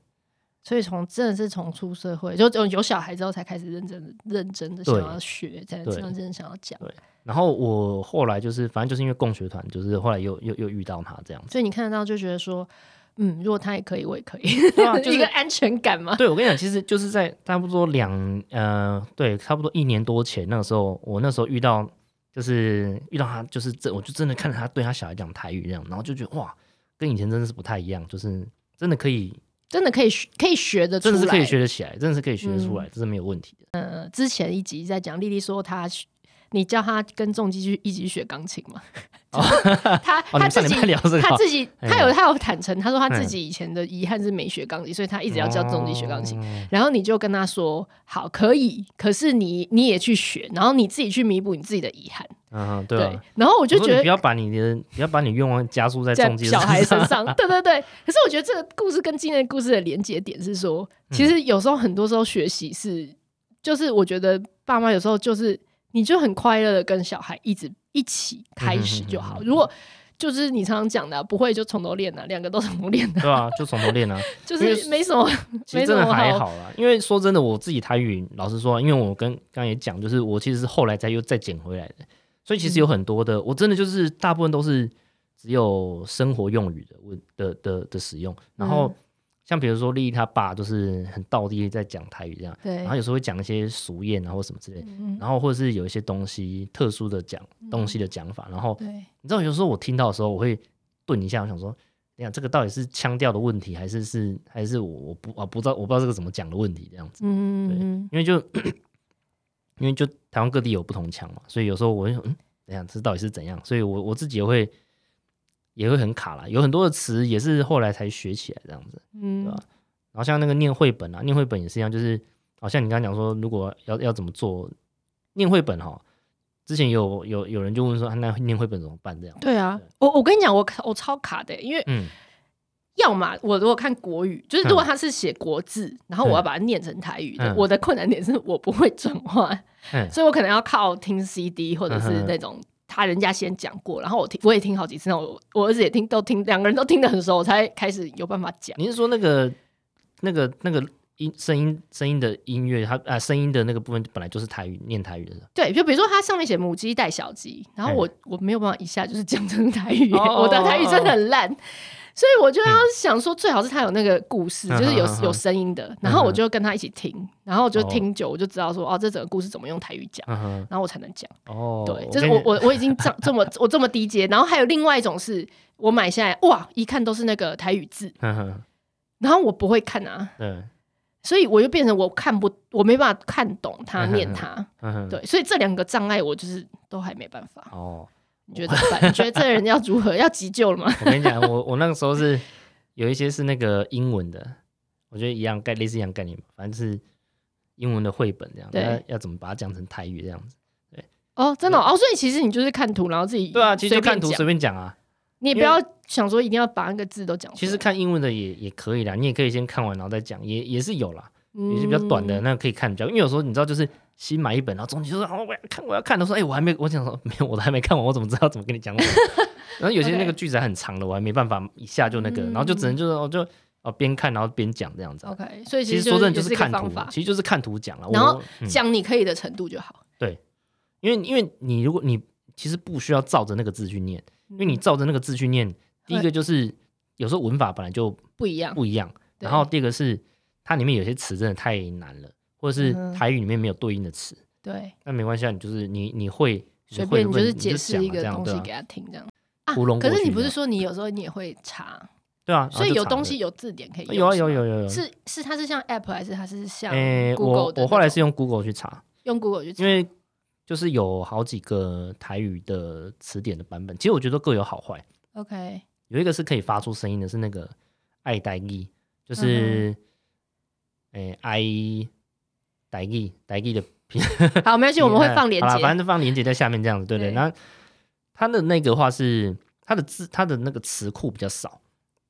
Speaker 1: 所以从真的是从出社会，就就有小孩之后才开始认真的、认真的
Speaker 2: 对
Speaker 1: 想要学，才
Speaker 2: 对
Speaker 1: 能认真想要讲。
Speaker 2: 对然后我后来就是，反正就是因为共学团，就是后来又又又遇到她这样子。
Speaker 1: 所以你看得到就觉得说，嗯，如果他也可以，我也可以，
Speaker 2: 对啊就是
Speaker 1: 一个安全感嘛。
Speaker 2: 对，我跟你讲，其实就是在差不多两呃，对，差不多一年多前那个时候，我那时候遇到，就是遇到他，就是真，我就真的看着他对他小孩讲台语这样，然后就觉得哇，跟以前真的是不太一样，就是真的可以，
Speaker 1: 真的可以学，可以学得出
Speaker 2: 真
Speaker 1: 来。嗯
Speaker 2: 的是可以学得起来，真的是可以学得出来，这是没有问题的。
Speaker 1: 呃，之前一集在讲丽丽说她学，你叫她跟重机去一起学钢琴 嘛？她她
Speaker 2: 哦，你们
Speaker 1: 自
Speaker 2: 上礼
Speaker 1: 己
Speaker 2: 拜聊这个
Speaker 1: 他
Speaker 2: 哦，
Speaker 1: 自己，他有
Speaker 2: 嗯
Speaker 1: 他有坦诚，他说他
Speaker 2: 嗯
Speaker 1: 自己以前的遗憾是没学钢琴，所以他一
Speaker 2: 一
Speaker 1: 直要教重力学钢琴。
Speaker 2: 哦
Speaker 1: 然后你就跟他说，好，可以，可是你你也去学，然后你自己去弥补你自己的遗憾。
Speaker 2: 嗯，对啊。
Speaker 1: 然后我就
Speaker 2: 我说
Speaker 1: 觉
Speaker 2: 你不
Speaker 1: 得
Speaker 2: 要把你的不要把你愿望加速在
Speaker 1: 在
Speaker 2: 重击
Speaker 1: 小孩身上，对对对。可是我觉得这个故事跟今天的故事的连接点是说，
Speaker 2: 嗯
Speaker 1: 其实有时候很多时候学习是，就是我觉得爸妈有时候就是，你就很快乐的跟小孩一直一起开始就
Speaker 2: 嗯
Speaker 1: 好
Speaker 2: 嗯嗯。嗯
Speaker 1: 如果就是你常常讲的啊、不会就从头练啊，两个都从头练的、
Speaker 2: 对吧、就从头练啊。
Speaker 1: 就
Speaker 2: 因
Speaker 1: 是
Speaker 2: 为
Speaker 1: 没什么，
Speaker 2: 其实真的还好啦，因为说真的，我自己台语，老实说啊，因为我跟刚刚也讲，就是我其实是后来再又再捡回来的，所以其实有很多的，
Speaker 1: 嗯
Speaker 2: 我真的就是大部分都是只有生活用语的我的的的使用，然后、
Speaker 1: 嗯
Speaker 2: 像比如说丽丽她爸就是很道地在讲台语这样，
Speaker 1: 对
Speaker 2: 然后有时候会讲一些俗谚啊或什么之类的，
Speaker 1: 嗯，
Speaker 2: 然后或者是有一些东西特殊的讲东西的讲法，然后
Speaker 1: 对，
Speaker 2: 你知道，有时候我听到的时候，我会顿一下，我想说，你看这个到底是腔调的问题，还是是还是我我不啊不知道我不知道这个怎么讲的问题这样子，
Speaker 1: 嗯，
Speaker 2: 因为就因为就台湾各地有不同腔嘛，所以有时候我会想，嗯，等一下这到底是怎样？所以我我自己也会也会很卡啦，有很多的词也是后来才学起来这样子。
Speaker 1: 嗯
Speaker 2: 对吧啊然后像那个念绘本啊，念绘本也是一样，就是好像你刚刚讲说，如果要要怎么做念绘本哈，之前有有有人就问说，啊那念绘本怎么办这样？
Speaker 1: 对啊，我我跟你讲，我卡我超卡的，因为
Speaker 2: 嗯。
Speaker 1: 要么我如果看国语，就是
Speaker 2: 嗯
Speaker 1: 如果他是写国字，然后我要把它念成台语的
Speaker 2: 嗯，
Speaker 1: 我的困难点是我不会转换
Speaker 2: 嗯，
Speaker 1: 所以我可能要靠听 CD 或者
Speaker 2: 嗯
Speaker 1: 是
Speaker 2: 哼
Speaker 1: 那种。他人家先讲过，然后我听我也听好几次，然后我我儿子也听，都听，两个人都听得很熟，我才开始有办法讲。
Speaker 2: 你是说那个那个那个音声音声音的音乐，它啊声音的那个部分本来就是台语念台语的，
Speaker 1: 对，就比如说它上面写母鸡带小鸡，然后我、我没有办法一下就是讲成台语，
Speaker 2: 哦 哦
Speaker 1: 我的台语真的很烂，所以我就要想说，最好是他有那个故事，就是有
Speaker 2: 嗯哼嗯哼
Speaker 1: 有声音的，然后我就跟他一起听，然后我就听久，我就知道说哦，这整个故事怎么用台语讲。
Speaker 2: 嗯哼，
Speaker 1: 然后我才能讲，
Speaker 2: 哦，
Speaker 1: 对，就是
Speaker 2: 跟
Speaker 1: 我我我已经这这么我这么低阶，然后还有另外一种是我买下来哇，一看都是那个台语字，
Speaker 2: 嗯哼，嗯
Speaker 1: 然后我不会看啊，
Speaker 2: 对，
Speaker 1: 所以我就变成我看不我没办法看懂他
Speaker 2: 嗯哼
Speaker 1: 念
Speaker 2: 嗯
Speaker 1: 他，
Speaker 2: 嗯哼，，
Speaker 1: 对，所以这两个障碍我就是都还没办法。
Speaker 2: 哦，
Speaker 1: 你觉得怎么办？你觉得这人要如何？要急救了 吗？
Speaker 2: 我跟你讲，我我那个时候是有一些是那个英文的，我觉得一样概类似一样概念吧，反正是英文的绘本这样，
Speaker 1: 对
Speaker 2: 那要怎么把它讲成台语这样子。对
Speaker 1: 哦，真的哦哦所以其实你就是看图，然后自己
Speaker 2: 对啊，其实就
Speaker 1: 随便
Speaker 2: 看图
Speaker 1: 讲
Speaker 2: 随便讲啊。
Speaker 1: 你也不要想说一定要把那个字都讲出来。
Speaker 2: 其实看英文的也也可以啦，你也可以先看完然后再讲，也也是有啦，也
Speaker 1: 也
Speaker 2: 是比较短
Speaker 1: 嗯
Speaker 2: 的，那可以看比较。因为有时候你知道，就是新买一本，然后中间就说哦我要看我要看，他说哎、我还没，我想说没有我都还没看完，我怎么知道怎么跟你 讲什么？然后有些
Speaker 1: OK
Speaker 2: 那个句子还很长的，我还没办法一下就那个，
Speaker 1: 嗯
Speaker 2: 然后就只能就是我就哦边看然后边讲这样子啊。
Speaker 1: OK，所以
Speaker 2: 其
Speaker 1: 实
Speaker 2: 实说真的
Speaker 1: 就
Speaker 2: 就是
Speaker 1: 一个
Speaker 2: 看
Speaker 1: 方
Speaker 2: 图
Speaker 1: 法，，
Speaker 2: 其实就是看图讲了。
Speaker 1: 然后
Speaker 2: 我、嗯
Speaker 1: 讲你可以的程度就好。
Speaker 2: 因为因为你如果你其实不需要照着那个字去念，因为
Speaker 1: 嗯
Speaker 2: 你照着那个字去念，第一个就是有时候文法本来就
Speaker 1: 不一样，
Speaker 2: 不一样，
Speaker 1: 对
Speaker 2: 然后第二个是它里面有些词真的太难了，或者是
Speaker 1: 嗯哼
Speaker 2: 台语里面没有对应的词，
Speaker 1: 对，
Speaker 2: 那没关系，啊，你就是你你会
Speaker 1: 随便
Speaker 2: 你
Speaker 1: 你
Speaker 2: 会
Speaker 1: 是
Speaker 2: 你
Speaker 1: 解释
Speaker 2: 讲
Speaker 1: 一
Speaker 2: 嘛
Speaker 1: 个
Speaker 2: 这样
Speaker 1: 东
Speaker 2: 对
Speaker 1: 西
Speaker 2: 啊
Speaker 1: 给他听这样啊。
Speaker 2: 糊弄
Speaker 1: 可
Speaker 2: 过
Speaker 1: 是你
Speaker 2: 去
Speaker 1: 不是
Speaker 2: 这样
Speaker 1: 说你有时候你也会查，
Speaker 2: 对啊，然后
Speaker 1: 所以
Speaker 2: 就
Speaker 1: 有
Speaker 2: 查
Speaker 1: 东
Speaker 2: 了
Speaker 1: 西有字典可以用。
Speaker 2: 有啊有
Speaker 1: 是吗
Speaker 2: 有有有，
Speaker 1: 是是，它是像 App 还是它是像
Speaker 2: 诶，
Speaker 1: Google
Speaker 2: 我
Speaker 1: 的那种？
Speaker 2: 我后来是用 Google 去查，
Speaker 1: 用 Google 去查
Speaker 2: 因为就是有好几个台语的词典的版本，其实我觉得各有好坏。
Speaker 1: OK，
Speaker 2: 有一个是可以发出声音的，是那个爱呆语，
Speaker 1: 嗯
Speaker 2: 就是诶、爱呆语呆语的拼，
Speaker 1: 好，没关系，我们会放链
Speaker 2: 好啦
Speaker 1: 接。
Speaker 2: 反正就放链接在下面这样子，对不对？
Speaker 1: 对
Speaker 2: 那它的那个话是它的字，它的那个词库比较少，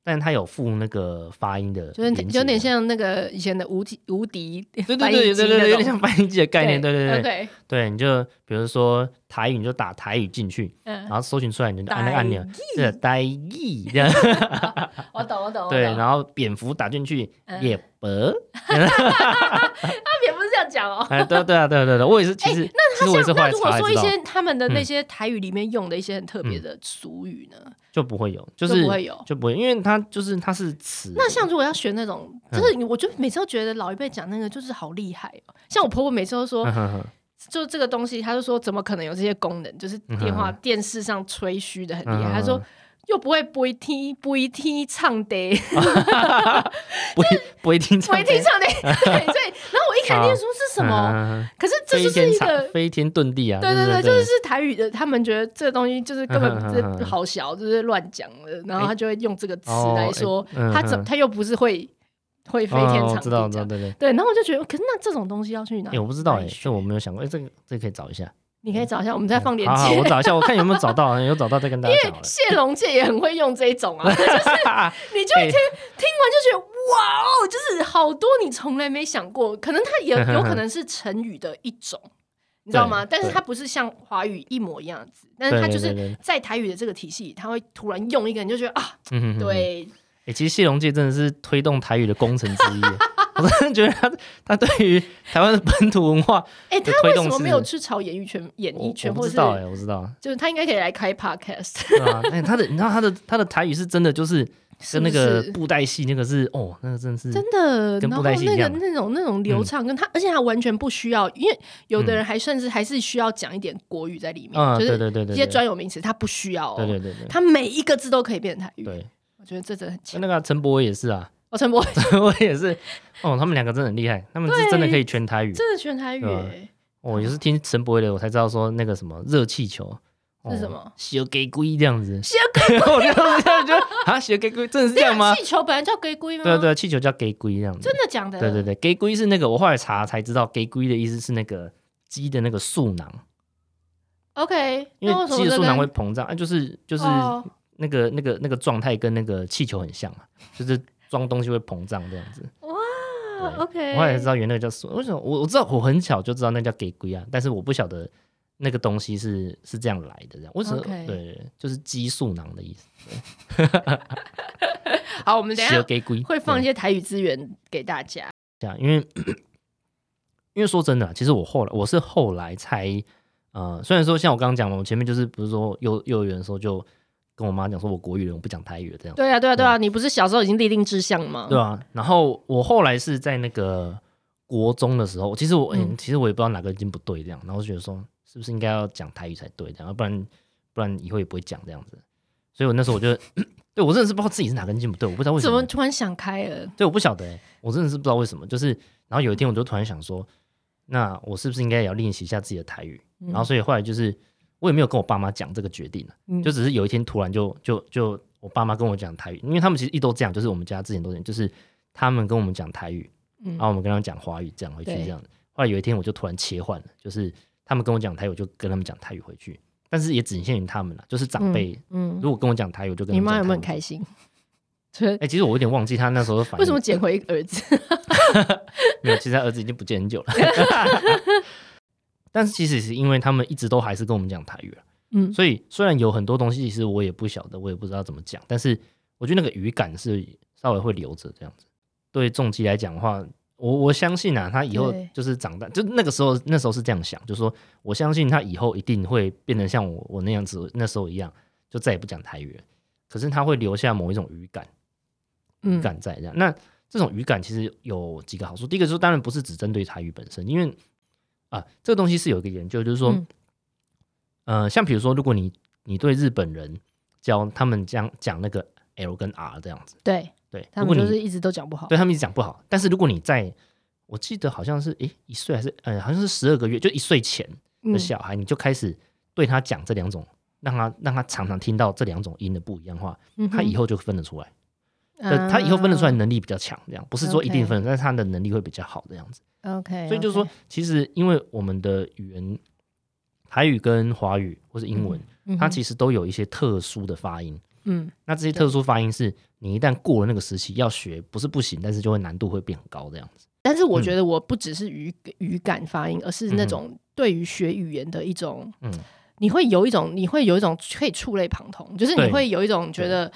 Speaker 2: 但是它有附那个发音的
Speaker 1: 就是
Speaker 2: 连接
Speaker 1: 有点像那个以前的无敌无敌
Speaker 2: 对对
Speaker 1: 翻译
Speaker 2: 对对
Speaker 1: 机
Speaker 2: 对对，有
Speaker 1: 那
Speaker 2: 点
Speaker 1: 种
Speaker 2: 像翻译机的概念，对对对
Speaker 1: OK，
Speaker 2: 对，你就比如说台语，你就打台语进去，然
Speaker 1: 嗯，
Speaker 2: 后搜寻出来，你就按那个按钮
Speaker 1: 台，
Speaker 2: 是呆语这样。
Speaker 1: 我懂我懂。我
Speaker 2: 对，
Speaker 1: 哦懂
Speaker 2: 然后蝙蝠打进去
Speaker 1: 嗯
Speaker 2: 也白，
Speaker 1: 他也不是这样 讲哦。
Speaker 2: 哎，对对啊，对对对，我也是，其实其实我也是后
Speaker 1: 哎那
Speaker 2: 来
Speaker 1: 如果
Speaker 2: 查才
Speaker 1: 说
Speaker 2: 知
Speaker 1: 一
Speaker 2: 道，
Speaker 1: 些他们的那
Speaker 2: 嗯
Speaker 1: 些台语里面用的一些很特别的俗语呢，
Speaker 2: 就不会有，就
Speaker 1: 会
Speaker 2: 是
Speaker 1: 不会有？
Speaker 2: 就不会，因为它就是它是词，
Speaker 1: 那像如果要学那种，
Speaker 2: 嗯
Speaker 1: 就是你我就每次都觉得老一辈讲那个就是好厉害哦。像我婆婆每次都说，
Speaker 2: 嗯哼哼
Speaker 1: 就这个东西，她就说怎么可能有这些功能？就是电话、
Speaker 2: 嗯
Speaker 1: 电视上吹嘘的很厉
Speaker 2: 嗯
Speaker 1: 害，她说又不会不一听不一听唱的。
Speaker 2: 不会不会听唱
Speaker 1: 回
Speaker 2: 片，
Speaker 1: 听唱的， 对，所以然后我一开始念说是什么，
Speaker 2: 嗯？嗯嗯嗯
Speaker 1: 可是这就
Speaker 2: 飞
Speaker 1: 是
Speaker 2: 天
Speaker 1: 一
Speaker 2: 唱
Speaker 1: 个。
Speaker 2: 飞天遁地啊，
Speaker 1: 对
Speaker 2: 对
Speaker 1: 对对，就
Speaker 2: 对
Speaker 1: 是，是台语的，他们觉得这个东西就是根本不
Speaker 2: 嗯嗯嗯
Speaker 1: 是
Speaker 2: 嗯
Speaker 1: 好小，就是乱讲的，然后他就会用这个词
Speaker 2: 哦
Speaker 1: 来说
Speaker 2: 哎嗯，
Speaker 1: 他怎
Speaker 2: 嗯
Speaker 1: 他又不是会会飞天
Speaker 2: 哦
Speaker 1: 长
Speaker 2: 我知道，我
Speaker 1: 地嗯
Speaker 2: 知道，
Speaker 1: 讲，
Speaker 2: 对对。
Speaker 1: 对，然后我就觉得，可是那这种东西要去哪
Speaker 2: 哎，？我不知道
Speaker 1: 哪
Speaker 2: 哎，
Speaker 1: 里
Speaker 2: 这我没有想过，哎，这个这个可以找一下，
Speaker 1: 你可以找一下，我们再放链
Speaker 2: 好嗯好，我
Speaker 1: 接。
Speaker 2: 找一下，我看有没有找到，有找到再跟大家讲好 了。
Speaker 1: 谢龙介也很会用这一种啊，就是你 就
Speaker 2: 哎
Speaker 1: 会听听完就觉得哇哦，就是好多你从来没想过，可能它也有可能是成语的一种，你知道吗？
Speaker 2: 对
Speaker 1: 但是
Speaker 2: 对
Speaker 1: 它不是像华语一模一样的字，但是它
Speaker 2: 对
Speaker 1: 就
Speaker 2: 对
Speaker 1: 是
Speaker 2: 对
Speaker 1: 在台语的这个体系，它会突然用一个，你就觉得啊，
Speaker 2: 嗯哼哼哼
Speaker 1: 对，
Speaker 2: 欸，其实谢龙介真的是推动台语的功臣之一耶。我真的觉得他他对于台湾的本土文化，
Speaker 1: 哎、
Speaker 2: 对
Speaker 1: 他
Speaker 2: 推
Speaker 1: 为
Speaker 2: 动
Speaker 1: 什么
Speaker 2: 是
Speaker 1: 没有去朝演艺圈、演
Speaker 2: 我
Speaker 1: 艺
Speaker 2: 我
Speaker 1: 圈，
Speaker 2: 不
Speaker 1: 或
Speaker 2: 知道哎、
Speaker 1: 是
Speaker 2: 我知道，
Speaker 1: 就是他应该可以来开 podcast，
Speaker 2: 对啊，哎、他的你知道他的他的台语是真的就是
Speaker 1: 是不
Speaker 2: 跟那个
Speaker 1: 是
Speaker 2: 布袋戏那个是哦，那个真的是
Speaker 1: 真的，然
Speaker 2: 跟布
Speaker 1: 后
Speaker 2: 袋戏
Speaker 1: 那
Speaker 2: 一
Speaker 1: 个
Speaker 2: 样
Speaker 1: 那种那种流
Speaker 2: 嗯
Speaker 1: 畅，跟他，而且他完全不需要，因为有的人还甚至还是需要讲一点国语在里面，
Speaker 2: 嗯，
Speaker 1: 就
Speaker 2: 对
Speaker 1: 是
Speaker 2: 对对对，
Speaker 1: 一些
Speaker 2: 对
Speaker 1: 专有名词，他不需要、哦，
Speaker 2: 对对对对
Speaker 1: 他每一个字都可以变成台语。
Speaker 2: 对，
Speaker 1: 我觉得这真的很强。
Speaker 2: 那个啊陈柏伟也是啊，
Speaker 1: 哦，陈柏伟
Speaker 2: 陈柏伟也是，哦，他们两个真的很厉害，他们是真的可以全台语。
Speaker 1: 真的全台语
Speaker 2: 对啊
Speaker 1: 耶，
Speaker 2: 我也是听陈柏伟的，我才知道说那个什么热气球哦
Speaker 1: 是什么
Speaker 2: 小给龟这样子，
Speaker 1: 是要跟
Speaker 2: 我就我就觉得啊，小给龟真的是这样吗？
Speaker 1: 气球本来叫龟龟吗？
Speaker 2: 对啊对啊，气球叫 gay 龟这样子
Speaker 1: 真。的讲的？
Speaker 2: 对对对，gay 龟是那个，我后来查才知道，gay 龟的意思是那个鸡的那个素囊，
Speaker 1: OK，
Speaker 2: 因
Speaker 1: 那
Speaker 2: 为
Speaker 1: 什么
Speaker 2: 鸡的
Speaker 1: 这
Speaker 2: 素囊会
Speaker 1: 跟
Speaker 2: 膨胀，啊，就是就是
Speaker 1: 哦
Speaker 2: 那个那个那个状态跟那个气球很像啊，就是装东西会膨胀这样子。
Speaker 1: 啊
Speaker 2: 对
Speaker 1: OK，
Speaker 2: 我后来才知道原来那个叫素，为什么我我知道我很巧就知道那叫 gay 龟啊，但是我不晓得那个东西是是这样来的，这样为什么？
Speaker 1: OK
Speaker 2: 对对，对就是鸡素囊的意思，
Speaker 1: 好，我们等一
Speaker 2: 鸡
Speaker 1: 下
Speaker 2: gay 龟
Speaker 1: 会放一些台语资源给大家。
Speaker 2: 这样，因为因为说真的啊，其实我后来我是后来才呃，虽然说像我刚刚讲嘛，我前面就是不是说幼幼儿园的时候就跟我妈讲说我国语人我不讲台语了这样，
Speaker 1: 对啊，对啊，对啊，你不是小时候已经立定志向吗？
Speaker 2: 嗯对啊，然后我后来是在那个国中的时候，其实我、嗯
Speaker 1: 嗯
Speaker 2: 其实我也不知道哪个已经不对这样，然后就觉得说是不是应该要讲台语才对这样，要啊不然不然以后也不会讲这样子，所以我那时候我就 对我真的是不知道自己是哪根筋不对，我不知道为什
Speaker 1: 怎
Speaker 2: 么
Speaker 1: 么突然想开了？
Speaker 2: 对，我不晓得、欸，我真的是不知道为什么。就是，然后有一天我就突然想说，那我是不是应该也要练习一下自己的台语？然后，所以后来就是我也没有跟我爸妈讲这个决定、啊
Speaker 1: 嗯
Speaker 2: 就只是有一天突然就就就我爸妈跟我讲台语，因为他们其实一都这样，就是我们家之前都这样，就是他们跟我们讲台语，
Speaker 1: 嗯
Speaker 2: 然后我们跟他们讲华语，这样回去
Speaker 1: 对
Speaker 2: 这样。后来有一天我就突然切换了，就是他们跟我讲台语，我就跟他们讲台语回去，但是也仅限于他们了，就是长辈、
Speaker 1: 嗯，
Speaker 2: 如果跟我讲台语，我就跟
Speaker 1: 你
Speaker 2: 他们
Speaker 1: 妈
Speaker 2: 讲
Speaker 1: 有没有很
Speaker 2: 台语
Speaker 1: 开心？就是
Speaker 2: 哎、其实我有点忘记他那时候的 反应
Speaker 1: 为什么捡回儿 子？
Speaker 2: 没有，其实他儿子已经不见很久了。 但是其实是因为他们一直都还是跟我们讲台语啊
Speaker 1: 嗯
Speaker 2: 所以虽然有很多东西其实我也不晓得，我也不知道怎么讲，但是我觉得那个语感是稍微会留着这样子。对重击来讲的话，我我相信啊，他以后
Speaker 1: 对
Speaker 2: 就是长大，就那个时候那时候是这样想，就是说我相信他以后一定会变得像我我那样子那时候一样，就再也不讲台语了。可是他会留下某一种语感，
Speaker 1: 嗯
Speaker 2: 语感在这样。那这种语感其实有几个好处，第一个就是当然不是只针对台语本身，因为啊，这个东西是有一个研究，就是说，
Speaker 1: 嗯
Speaker 2: 呃，像比如说，如果你你对日本人教他们讲讲那个 L 跟 R 这样子，
Speaker 1: 对
Speaker 2: 对，
Speaker 1: 他
Speaker 2: 如果
Speaker 1: 们
Speaker 2: 你
Speaker 1: 就是一直都讲不好。
Speaker 2: 对他们一直讲不好，但是如果你在我记得好像是诶一岁还是呃好像是十二个月，就一岁前
Speaker 1: 嗯
Speaker 2: 的小孩，你就开始对他讲这两种，让他让他常常听到这两种音的不一样的话，
Speaker 1: 嗯哼
Speaker 2: 他以后就分得出来。
Speaker 1: 啊
Speaker 2: 呃，他以后分得出来能力比较强，这样不是说一定
Speaker 1: 嗯 OK
Speaker 2: 分得，但是他的能力会比较好这样子。
Speaker 1: 啊 OK，
Speaker 2: 所以就是说
Speaker 1: OK，，
Speaker 2: 其实因为我们的语言，台语跟华语或是英文，
Speaker 1: 嗯
Speaker 2: 它
Speaker 1: 哼
Speaker 2: 其实都有一些特殊的发音。
Speaker 1: 嗯
Speaker 2: 那这些特殊发音是你一旦过了那个时期要学，不是不行，但是就会难度会变很高这样子。
Speaker 1: 但是我
Speaker 2: 嗯
Speaker 1: 觉得我不只是语语感发音，而是那种对于学语言的一种，
Speaker 2: 嗯
Speaker 1: 你会有一种，你会有一种可以触类旁通，就是你
Speaker 2: 对
Speaker 1: 会有一种觉得。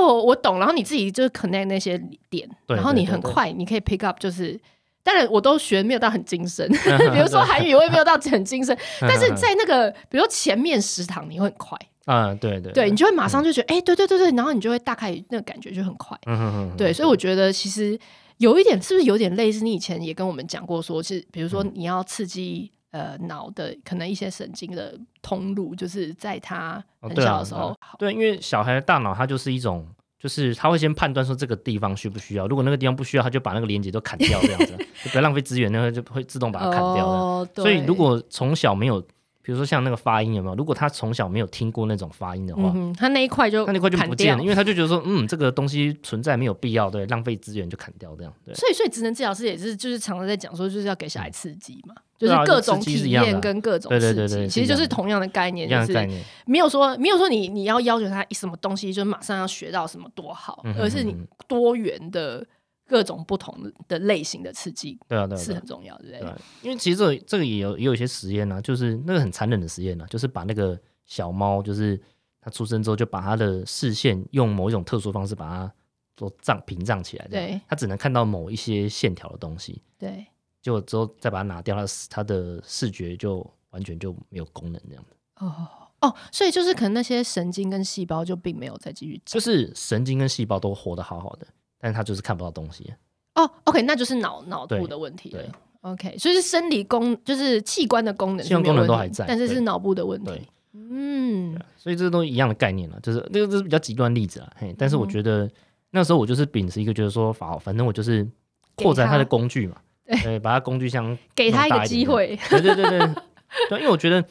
Speaker 1: 哦，我懂，然后你自己就 connect 那些点，
Speaker 2: 对
Speaker 1: 然后
Speaker 2: 对
Speaker 1: 你
Speaker 2: 对
Speaker 1: 很
Speaker 2: 对
Speaker 1: 快，你可以 pick up，就是，当然我都学没有到很精深， 比如说韩语我也没有到很精深，
Speaker 2: 嗯
Speaker 1: 但是在那个比如说前面十堂你会很快，
Speaker 2: 啊，对对
Speaker 1: 对你，就会马上就觉得，哎、对对对对，然后你就会大概那个感觉就很快，
Speaker 2: 嗯哼哼哼
Speaker 1: 对，所以我觉得其实有一点是不是有点类似你以前也跟我们讲过说，是比如说
Speaker 2: 嗯
Speaker 1: 你要刺激呃脑的可能一些神经的通路，就是在他
Speaker 2: 哦
Speaker 1: 很
Speaker 2: 对啊
Speaker 1: 小的时候，
Speaker 2: 对，因为小孩的大脑它就是一种，就是他会先判断说这个地方需不需要，如果那个地方不需要，他就把那个连接都砍掉这样子， 就不要浪费资源，那个就会自动把它砍掉这样。
Speaker 1: 哦，对
Speaker 2: 所以如果从小没有，比如说像那个发音有没有？如果他从小没有听过那种发音的话，
Speaker 1: 嗯哼，他那一块就
Speaker 2: 那那块就
Speaker 1: 砍
Speaker 2: 不见
Speaker 1: 掉
Speaker 2: 了，因为他就觉得说，嗯，这个东西存在没有必要，对，浪费资源就砍掉这样，对。嗯
Speaker 1: 所以，所以职能治疗师也是，就是常常在讲说，就是要给小孩刺激嘛，就
Speaker 2: 对
Speaker 1: 是
Speaker 2: 啊
Speaker 1: 各
Speaker 2: 就
Speaker 1: 种
Speaker 2: 刺激是
Speaker 1: 体
Speaker 2: 一样的啊
Speaker 1: 验跟各种
Speaker 2: 对
Speaker 1: 刺
Speaker 2: 对
Speaker 1: 激，
Speaker 2: 对对
Speaker 1: 其实
Speaker 2: 是一
Speaker 1: 就
Speaker 2: 样
Speaker 1: 是
Speaker 2: 的
Speaker 1: 同样的概
Speaker 2: 一
Speaker 1: 念，
Speaker 2: 样
Speaker 1: 就
Speaker 2: 的概
Speaker 1: 是
Speaker 2: 念，
Speaker 1: 没有说没有说你你要要求他一什么东西就马上要学到什么多好，
Speaker 2: 嗯哼
Speaker 1: 而是
Speaker 2: 嗯
Speaker 1: 你
Speaker 2: 哼
Speaker 1: 多元的各种不同的的类型的刺激
Speaker 2: 对啊，对啊，
Speaker 1: 是
Speaker 2: 对啊
Speaker 1: 很重要，对不对？
Speaker 2: 对啊因为其实这个这个也有也有一些实验啊，就是那个很残忍的实验啊，就是把那个小猫，就是它出生之后就把它的视线用某一种特殊方式把它做障屏障起来，这样
Speaker 1: 对
Speaker 2: 它只能看到某一些线条的东西，
Speaker 1: 对，
Speaker 2: 结果之后再把它拿掉，它的它的视觉就完全就没有功能这样。
Speaker 1: 哦哦，所以就是可能那些神经跟细胞就并没有再继续长
Speaker 2: 就是神经跟细胞都活得好好的，但是它就是看不到东西。啊
Speaker 1: 哦，OK，那就是脑脑部
Speaker 2: 对
Speaker 1: 的问题
Speaker 2: 对
Speaker 1: 了。OK，所以是生理功，就是器官的功能是
Speaker 2: 器官
Speaker 1: 没有
Speaker 2: 功能都
Speaker 1: 问
Speaker 2: 还
Speaker 1: 题
Speaker 2: 在
Speaker 1: 但是
Speaker 2: 对
Speaker 1: 是脑部的问
Speaker 2: 对
Speaker 1: 题。嗯，
Speaker 2: 所以这都一样的概念了，就是这个这是比较极端例子啊。嘿，但是
Speaker 1: 嗯
Speaker 2: 我觉得、那时候我就是秉持一个，就是说，好，反正我就是扩展
Speaker 1: 给他
Speaker 2: 它的工具 嘛，对，把它工具箱，
Speaker 1: 给他一
Speaker 2: 弄大
Speaker 1: 个
Speaker 2: 一
Speaker 1: 机
Speaker 2: 点
Speaker 1: 会。
Speaker 2: 对对对对，对，因为我觉得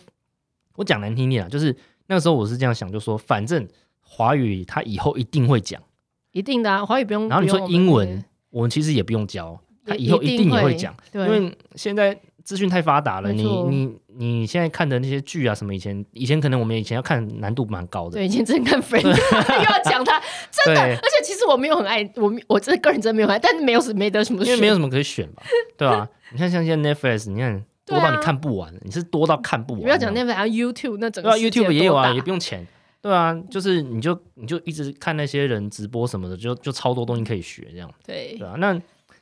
Speaker 2: 我讲难听一点啊，就是那时候我是这样想，就说反正华语它以后一定会讲，
Speaker 1: 一定的啊，华语不用。
Speaker 2: 然后你
Speaker 1: 不
Speaker 2: 说
Speaker 1: 用我们
Speaker 2: 英
Speaker 1: 那
Speaker 2: 文
Speaker 1: 个，
Speaker 2: 我们其实也不用教，它
Speaker 1: 也
Speaker 2: 以后
Speaker 1: 一
Speaker 2: 一
Speaker 1: 定
Speaker 2: 定也
Speaker 1: 会
Speaker 2: 会讲。因
Speaker 1: 对，
Speaker 2: 为现在资讯太发达了，
Speaker 1: 没
Speaker 2: 你
Speaker 1: 错
Speaker 2: 你你现在看的那些剧啊，什么以前以前可能我们以前要看难度蛮高的，
Speaker 1: 对，以前真看 friend 又要讲他，真的，
Speaker 2: 对
Speaker 1: 而且其实我没有很爱我，我这个人真的没有很爱，但是没有什没得什么
Speaker 2: 因
Speaker 1: 选，
Speaker 2: 为没有什么可以选 吧，对吧、你看像现在 Netflix，你看
Speaker 1: 对啊
Speaker 2: 多到你看不完，你是多到看不完。
Speaker 1: 不要讲
Speaker 2: 你知道吗
Speaker 1: Netflix 啊 YouTube 那整
Speaker 2: 对啊
Speaker 1: 个世界
Speaker 2: ，YouTube 也有啊，
Speaker 1: 多大
Speaker 2: 也不用钱。对啊，就是你就你就一直看那些人直播什么的，就就超多东西可以学这样，
Speaker 1: 对
Speaker 2: 对，啊。那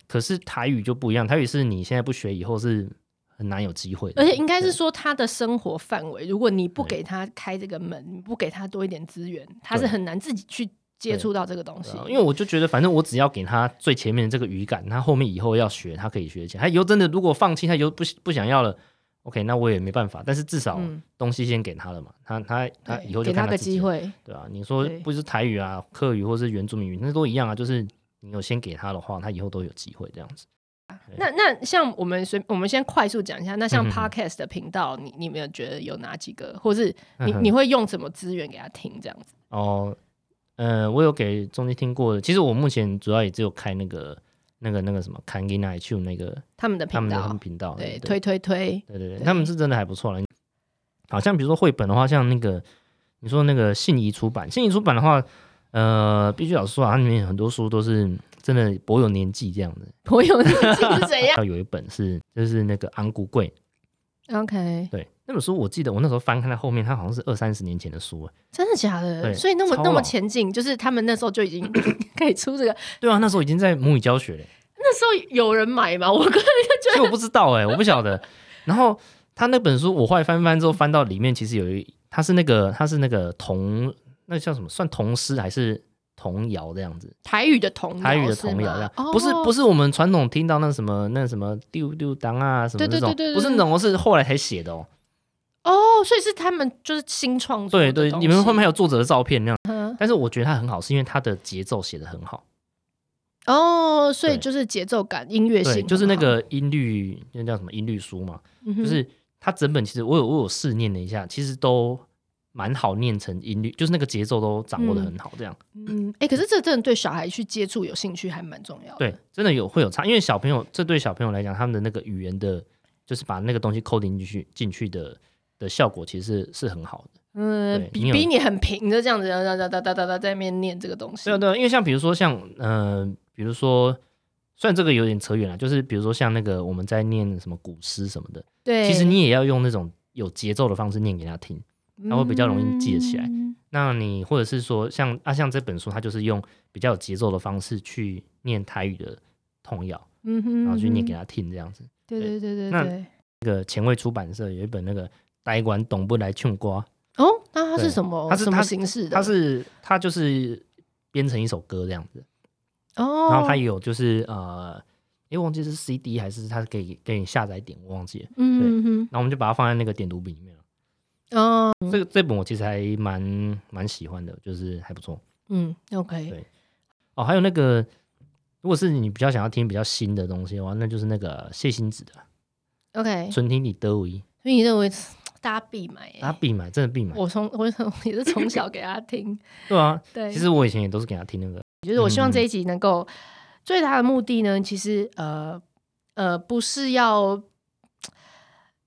Speaker 2: 可是台语就不一样，台语是你现在不学，以后是很难有机会的。
Speaker 1: 而且应该是
Speaker 2: 啊
Speaker 1: 说他的生活范围，如果你不给他开这个门，你不给他多一点资源，他是
Speaker 2: 对
Speaker 1: 很难自己去接触到这个东西
Speaker 2: 对啊，因为我就觉得，反正我只要给他最前面的这个语感，他后面以后要学，他可以学起来。他以后真的如果放弃，他以后不不想要了，OK，那我也没办法。但是至少
Speaker 1: 嗯
Speaker 2: 东西先给他了嘛，他他他
Speaker 1: 对
Speaker 2: 以后就
Speaker 1: 给
Speaker 2: 看
Speaker 1: 他个
Speaker 2: 自己
Speaker 1: 机，会，
Speaker 2: 对啊，你说
Speaker 1: 对
Speaker 2: 不是台语啊、客语或是原住民语，那都一样啊，就是你有先给他的话，他以后都有机会这样子。
Speaker 1: 那那像我们随我们先快速讲一下，那像
Speaker 2: 嗯哼
Speaker 1: podcast 的频道，你你们有觉得有哪几个，或是你
Speaker 2: 嗯哼
Speaker 1: 你会用什么资源给他听这样子？
Speaker 2: 哦，呃，我有给中间听过的，其实我目前主要也只有开那个那个那个什么 k a n g i n a i c h u 那个
Speaker 1: 他们的
Speaker 2: 他
Speaker 1: 频
Speaker 2: 们的他
Speaker 1: 道
Speaker 2: 们，频道，
Speaker 1: 对，推
Speaker 2: 对
Speaker 1: 推推，
Speaker 2: 对对对，
Speaker 1: 对
Speaker 2: 他们是真的还不错了。好像比如说绘本的话，像那个你说那个信宜出版，信宜出版的话，呃，必须老实说啊，它里面有很多书都是真的颇有年纪这样的。
Speaker 1: 我有年纪是怎样
Speaker 2: 有一本是就是那个安谷贵，
Speaker 1: ？OK，
Speaker 2: 对那本书我记得我那时候翻看到后面，它好像是二三十年前的书了。啊
Speaker 1: 真的假的？
Speaker 2: 对
Speaker 1: 所以那么
Speaker 2: 超
Speaker 1: 那么
Speaker 2: 老
Speaker 1: 前进，就是他们那时候就已经可以出这个。
Speaker 2: 对啊，那时候已经在母语教学了。
Speaker 1: 那时候有人买吗？我个人
Speaker 2: 所以我不知道哎、我不晓得。然后他那本书，我后来翻翻之后，翻到里面其实有一，他是那个他是那个童，那叫什么？算童诗还是童谣这样子？
Speaker 1: 台语的童谣
Speaker 2: 台语的
Speaker 1: 是吗
Speaker 2: 童谣这样，
Speaker 1: 哦
Speaker 2: 不是不是我们传统听到那什么那什么丢丢当啊什
Speaker 1: 对
Speaker 2: 么那
Speaker 1: 对
Speaker 2: 种
Speaker 1: 对对，对
Speaker 2: 不是那种，哦是后来才写的哦。
Speaker 1: 哦，所以是他们就是新创作
Speaker 2: 对
Speaker 1: 的
Speaker 2: 对，
Speaker 1: 东西
Speaker 2: 你们后面还有作者的照片那样，
Speaker 1: 嗯
Speaker 2: 但是我觉得它很好，是因为它的节奏写的很好。
Speaker 1: 哦，所以
Speaker 2: 对
Speaker 1: 就是节奏感、音乐
Speaker 2: 对，
Speaker 1: 性，
Speaker 2: 就是那个音律，那叫什么音律书嘛，
Speaker 1: 嗯哼，
Speaker 2: 就是它整本其实我有我有试念了一下，其实都蛮好念成音律，就是那个节奏都掌握的很好，这样、
Speaker 1: 嗯，哎、可是这真的对小孩去接触有兴趣还蛮重要的。
Speaker 2: 对，真的有会有差，因为小朋友这对小朋友来讲，他们的那个语言的，就是把那个东西扣进去进去的的效果，其实是是很好的。
Speaker 1: 嗯
Speaker 2: 对，你
Speaker 1: 比
Speaker 2: 有
Speaker 1: 比你很平的这样子，哒哒哒哒哒哒在那边念这个东西
Speaker 2: 对啊，。对啊，因为像比如说像呃，比如说。虽然这个有点扯远了，就是比如说像那个我们在念什么古诗什么的，
Speaker 1: 对，
Speaker 2: 其实你也要用那种有节奏的方式念给他听。他会比较容易记得起来
Speaker 1: 嗯
Speaker 2: 那你或者是说像啊，像这本书，它就是用比较有节奏的方式去念台语的童谣，
Speaker 1: 嗯哼，
Speaker 2: 然后去念给
Speaker 1: 他。
Speaker 2: 他听这样子。
Speaker 1: 对对对对
Speaker 2: 那
Speaker 1: 对。
Speaker 2: 那个前卫出版社有一本那个《台湾懂不来唱歌》，
Speaker 1: 哦，那它是
Speaker 2: 对
Speaker 1: 什么？
Speaker 2: 它是
Speaker 1: 什么
Speaker 2: 它
Speaker 1: 形式的？
Speaker 2: 它是它就是编成一首歌这样子，
Speaker 1: 哦，
Speaker 2: 然后它也有就是呃，因为忘记是 CD 还是它可以给你下载点，我忘记了。
Speaker 1: 嗯哼
Speaker 2: 然后我们就把它放在那个点读笔里面了。
Speaker 1: 哼，哦，
Speaker 2: 这个这本我其实还蛮蛮喜欢的，就是还不错。
Speaker 1: 嗯，OK，
Speaker 2: 对哦，还有那个，如果是你比较想要听比较新的东西的话，那就是那个谢欣子的《
Speaker 1: OK，所
Speaker 2: 纯听你德维》，
Speaker 1: 以你认为大家必买欸？
Speaker 2: 他必买，真的必买。
Speaker 1: 我从 我从也是从小给他 听，
Speaker 2: 对啊，
Speaker 1: 对，
Speaker 2: 其实我以前也都是给他听那个，
Speaker 1: 就是我希望
Speaker 2: 嗯
Speaker 1: 这一集能够最大的目的呢，其实呃呃不是要。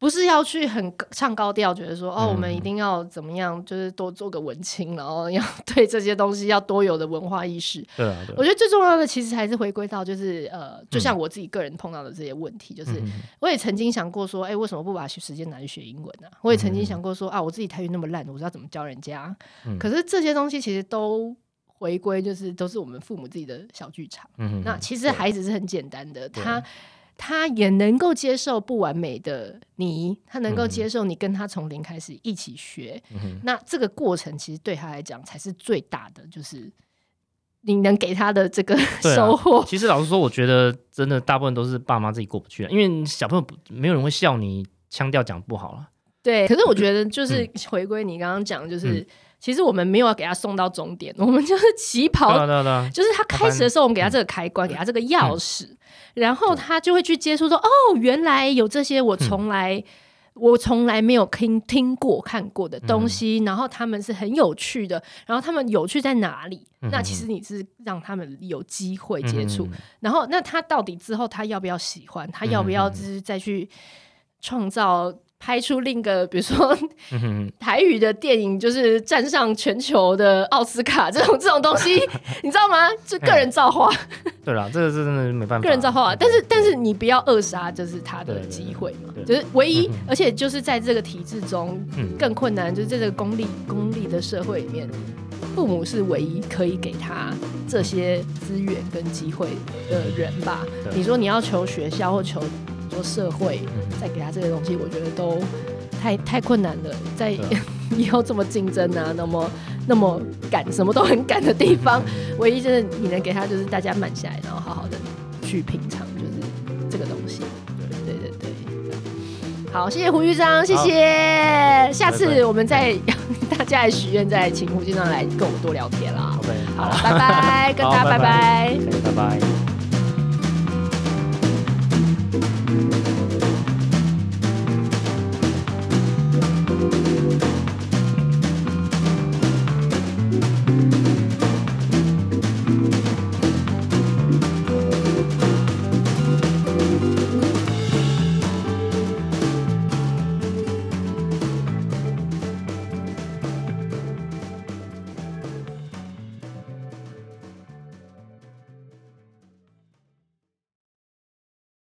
Speaker 1: 不是要去很高唱高调，觉得说哦，
Speaker 2: 嗯
Speaker 1: 我们一定要怎么样，就是多做个文青，然后要 对这些东西要多有的文化意识。
Speaker 2: 对啊，对
Speaker 1: 我
Speaker 2: 啊。
Speaker 1: 觉得最重要的其实还是回归到，就是呃，就像我自己个人碰到的这些问题，就是
Speaker 2: 嗯
Speaker 1: 我也曾经想过说，哎、为什么不把时间拿去学英文呢、我也曾经想过说，啊，我自己台语那么烂，我知道怎么教人家。
Speaker 2: 嗯
Speaker 1: 可是这些东西其实都回归，就是都是我们父母自己的小剧场。
Speaker 2: 嗯哼
Speaker 1: 那其实孩子是很简单的，
Speaker 2: 对
Speaker 1: 他他也能够接受不完美的你，他能够接受你跟他从零开始一起学。
Speaker 2: 嗯哼
Speaker 1: 那这个过程其实对他来讲才是最大的，就是你能给他的这个
Speaker 2: 对啊
Speaker 1: 收获。
Speaker 2: 其实老实说，我觉得真的大部分都是爸妈自己过不去啊了，因为小朋友不没有人会笑你腔调讲不好了。
Speaker 1: 对，可是我觉得
Speaker 2: 嗯
Speaker 1: 就是回归你刚刚讲，就是、其实我们没有要给他送到终点，我们就是起
Speaker 2: 对
Speaker 1: 跑
Speaker 2: 啊，对啊，对啊。
Speaker 1: 就是他开始的时候，我们给他这个开
Speaker 2: 嗯
Speaker 1: 关，给他这个钥匙，然后他就会去接触说，哦，原来有这些我从来、
Speaker 2: 嗯
Speaker 1: 我从来没有听听过、看过的东
Speaker 2: 嗯
Speaker 1: 西，然后他们是很有趣的，然后他们有趣在哪里？
Speaker 2: 嗯
Speaker 1: 那其实你是让他们有机会
Speaker 2: 嗯
Speaker 1: 接触，
Speaker 2: 嗯嗯
Speaker 1: 然后那他到底之后他要不要喜欢？他要不要就是再去创造？拍出另一个，比如说
Speaker 2: 嗯哼
Speaker 1: 台语的电影，就是站上全球的奥斯卡这种这种东 西，你知道吗？就个人造化。
Speaker 2: 对啦，这个是真的没办法。
Speaker 1: 个人造化，但是但是你不要扼杀，就是他的
Speaker 2: 对对
Speaker 1: 机会嘛，
Speaker 2: 对
Speaker 1: 就是唯一
Speaker 2: 嗯哼，
Speaker 1: 而且就是在这个体制中
Speaker 2: 嗯
Speaker 1: 更困难，就是在这个功利功利的社会里面，父母是唯一可以给他这些资源跟机会的人吧。
Speaker 2: 对
Speaker 1: 你说你要求学校或求求社会
Speaker 2: 嗯哼
Speaker 1: 再给他这些东西，我觉得都太太困难了，在
Speaker 2: 对
Speaker 1: 以后这么竞争啊，那么那么赶，什么都很赶的地方，唯一就是你能给他，就是大家慢下来，然后好好的去品尝，就是这个东西。对对对。好，谢谢胡局长，谢谢。下
Speaker 2: 拜
Speaker 1: 次
Speaker 2: 拜
Speaker 1: 我们再 大家来许愿，再请胡局长来跟我们多聊天啦。
Speaker 2: OK，
Speaker 1: 好，拜拜，跟大家
Speaker 2: 好拜
Speaker 1: 拜拜
Speaker 2: 拜拜。